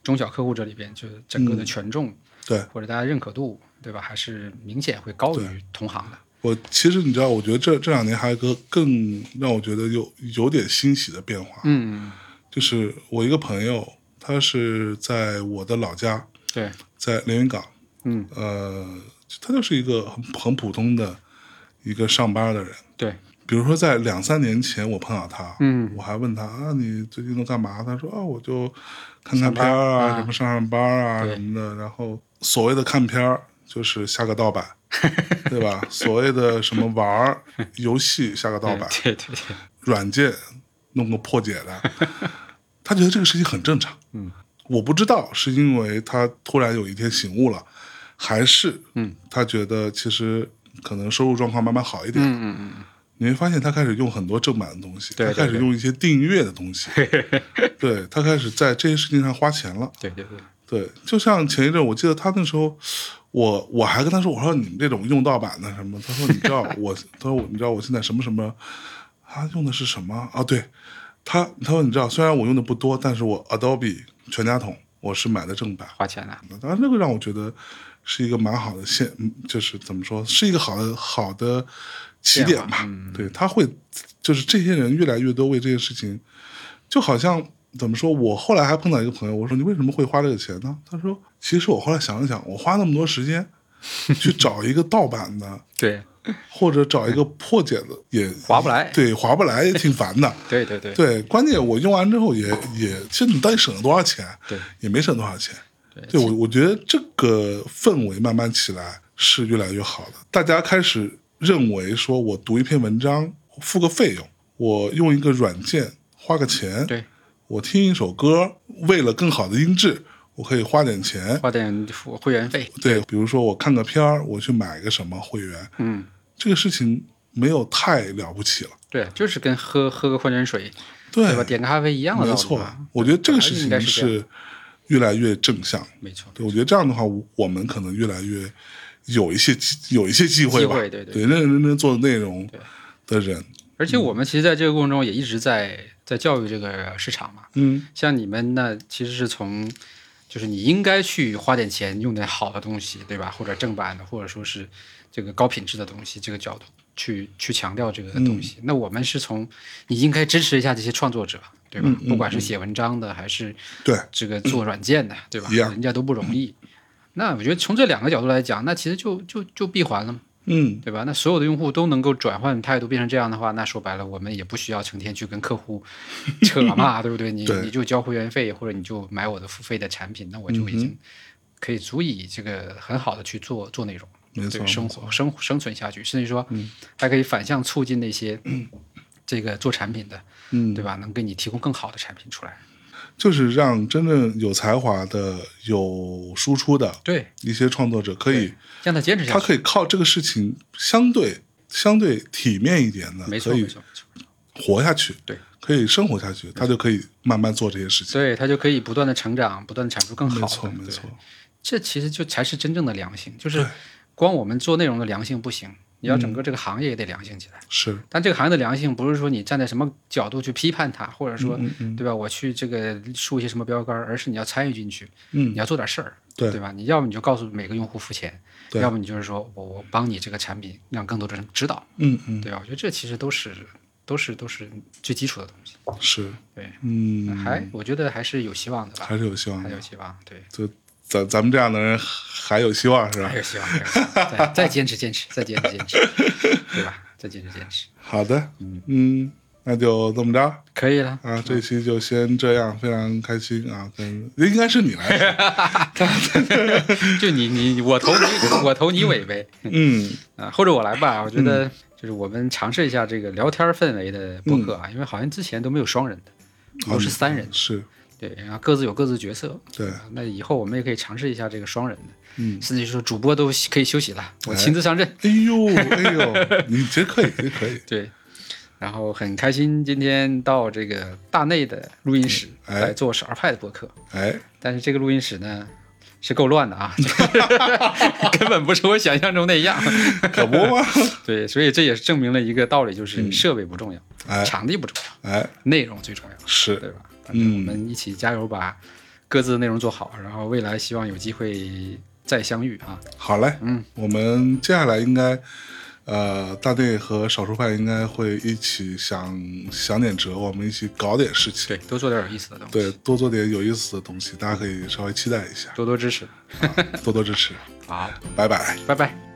S1: 中小客户这里边，就是整个的权重、
S2: 嗯对
S1: 或者大家认可度，对吧？还是明显会高于同行的。
S2: 我其实你知道，我觉得这这两年还有一个更让我觉得有有点欣喜的变化，
S1: 嗯，
S2: 就是我一个朋友，他是在我的老家，
S1: 对，
S2: 在连云港。
S1: 嗯，
S2: 呃，他就是一个很很普通的一个上班的人。
S1: 对，
S2: 比如说，在两三年前，我碰到他，
S1: 嗯，
S2: 我还问他啊，你最近都干嘛？他说啊，我就看看片儿
S1: 上班
S2: 啊，
S1: 啊
S2: 什么上上班啊
S1: 对
S2: 什么的。然后所谓的看片儿，就是下个 盗版，对吧？所谓的什么玩儿游戏下个盗版，
S1: 对对对，
S2: 软件弄个破解 的，他觉得这个事情很正常。
S1: 嗯，
S2: 我不知道是因为他突然有一天醒悟了，还是
S1: 嗯，
S2: 他觉得其实可能收入状况慢慢好一点。
S1: 嗯嗯嗯嗯，
S2: 你会发现他开始用很多正版的东西，
S1: 对对
S2: 他开始用一些订阅的东 西，对他开始在这些事情上花钱了。
S1: 对对对，
S2: 对，就像前一阵，我记得他那时候，我我还跟他说，我说你们这种用盗版的什么，他说你知道我，他说我你知道我现在什么什么，他用的是什么啊？对，他他说你知道，虽然我用的不多，但是我 Adobe 全家桶我是买的正版，
S1: 花钱的、啊。
S2: 当然那个让我觉得是一个蛮好的现，嗯就是怎么说，是一个好的好的起点
S1: 嗯
S2: 吧。对，他会就是这些人越来越多为这件事情，就好像怎么说，我后来还碰到一个朋友，我说你为什么会花这个钱呢？他说，其实我后来想了想，我花那么多时 间去找一个盗版的，
S1: 对
S2: 或者找一个破解的，也
S1: 划不来
S2: 对，划不来也挺烦的。
S1: 对对 对，
S2: 对，关键我用完之后也也，其实你到底省了多少钱？
S1: 对，
S2: 也没省多少钱。对我我觉得这个氛围慢慢起来是越来越好的，大家开始认为说我读一篇文章付个费用，我用一个软件花个钱，
S1: 对，
S2: 我听一首歌，为了更好的音质，我可以花点钱。
S1: 花点付会员费。
S2: 对，比如说我看个片儿，我去买个什么会员，
S1: 嗯，
S2: 这个事情没有太了不起了。
S1: 对，就是跟喝喝个矿泉水，
S2: 对，
S1: 对吧？点个咖啡一样的道
S2: 没
S1: 理
S2: 错
S1: 吧，
S2: 我觉得这个事
S1: 应该
S2: 情
S1: 是这
S2: 是越来越正向。
S1: 没错，
S2: 对，我觉得这样的话，我我们可能越来越有一些机有一些机会吧，
S1: 机会对对
S2: 对，认认真真做内容
S1: 对
S2: 的人，
S1: 而且我们其实在这个过程中也一直在在教育这个市场嘛。
S2: 嗯，
S1: 像你们呢，其实是从，就是你应该去花点钱用点好的东西，对吧？或者正版的，或者说是这个高品质的东西，这个角度去去强调这个东西。
S2: 嗯
S1: 那我们是从你应该支持一下这些创作者，对吧？
S2: 嗯
S1: 不管是写文章的，还是
S2: 对
S1: 这个做软件的，对吧？
S2: 嗯一样
S1: 人家都不容易。那我觉得从这两个角度来讲，那其实就就就闭环了嘛。
S2: 嗯，
S1: 对吧？那所有的用户都能够转换态度变成这样的话，那说白了，我们也不需要成天去跟客 户扯嘛，对不对？你
S2: 对
S1: 你就交会员费，或者你就买我的付费的产品，那我就已
S2: 嗯
S1: 经可以足以这个很好的去做做内容，
S2: 没错嗯
S1: 对，生活生生存下去，甚至说还可以反向促进那 些这个做产品的，
S2: 嗯
S1: 对吧？能给你提供更好的产品出来，
S2: 就是让真正有才华的、有输出的
S1: 对，
S2: 一些创作者，可以
S1: 让他坚持下
S2: 他
S1: 去，
S2: 可以靠这个事情相对相对体面一点的，
S1: 没错
S2: 啊可
S1: 没
S2: 以
S1: 错没错，
S2: 活下去，
S1: 对，
S2: 可以生活下去，他就可以慢慢做这些事情，
S1: 对他就可以不断的成长，不断的产出更好
S2: 没
S1: 的，
S2: 错没
S1: 对
S2: 错，
S1: 这其实就才是真正的良性，就是
S2: 对
S1: 光我们做内容的良性不行，你要整个这个行业也得良性起来。
S2: 是
S1: 但这个行业的良性不是说你站在什么角度去批判它，或者
S2: 嗯
S1: 说对吧，我去这个竖一些什么标杆儿，而是你要参与进去，
S2: 嗯
S1: 你要做点事儿，
S2: 对
S1: 对吧？你要么你就告诉每个用户付钱，
S2: 对
S1: 要么你就是说我我帮你这个产品让更多的人知道，
S2: 嗯嗯
S1: 对吧？我觉得这其实都是都是都是最基础的东西，
S2: 是，
S1: 对，
S2: 嗯，
S1: 还我觉得还是有希望的吧，
S2: 还是有希望
S1: 还
S2: 的
S1: 有，希望，对。
S2: 就咱咱们这样的人还有希望是吧
S1: 还？有希望，还有希 望再再坚持坚持，再坚持坚持，对吧？再坚持坚持，
S2: 好的，嗯，那就这么着
S1: 可以了。
S2: 啊，这期就先这样，非常开心啊，跟应该是你来 说，
S1: 就你你我投 你我投你尾呗，
S2: 嗯，
S1: 啊，或者我来吧。我觉得就是我们尝试一下这个聊天氛围的播客
S2: 嗯
S1: 啊，因为好像之前都没有双人的，都是三人，
S2: 是
S1: 对，然后各自有各自角色。
S2: 嗯对，
S1: 啊那以后我们也可以尝试一下这个双人的，
S2: 嗯，
S1: 甚至说主播都可以休息了，我亲自上阵。
S2: 哎呦哎呦，你这可以，这可以，
S1: 对，然后很开心今天到这个大内的录音室
S2: 哎
S1: 来做少儿派的播客。
S2: 哎，
S1: 但是这个录音室呢是够乱的啊， 根本不是我想象中那样。
S2: 可不嘛，
S1: 对，所以这也是证明了一个道理，就是设备不重要，
S2: 哎
S1: 场地不重要，
S2: 哎，
S1: 内容最重要，对
S2: 是，
S1: 吧？反正我
S2: 嗯
S1: 们一起加油，把各自的内容做好，然后未来希望有机会再相遇啊。
S2: 好嘞，
S1: 嗯，
S2: 我们接下来应该。呃，大内和少数派应该会一起想想点辙，我们一起搞点事情，
S1: 对，多做点有意思的东西，
S2: 对，多做点有意思的东西，大家可以稍微期待一下，
S1: 多多支持。
S2: 多多支持，
S1: 好，
S2: 拜拜。
S1: 拜拜。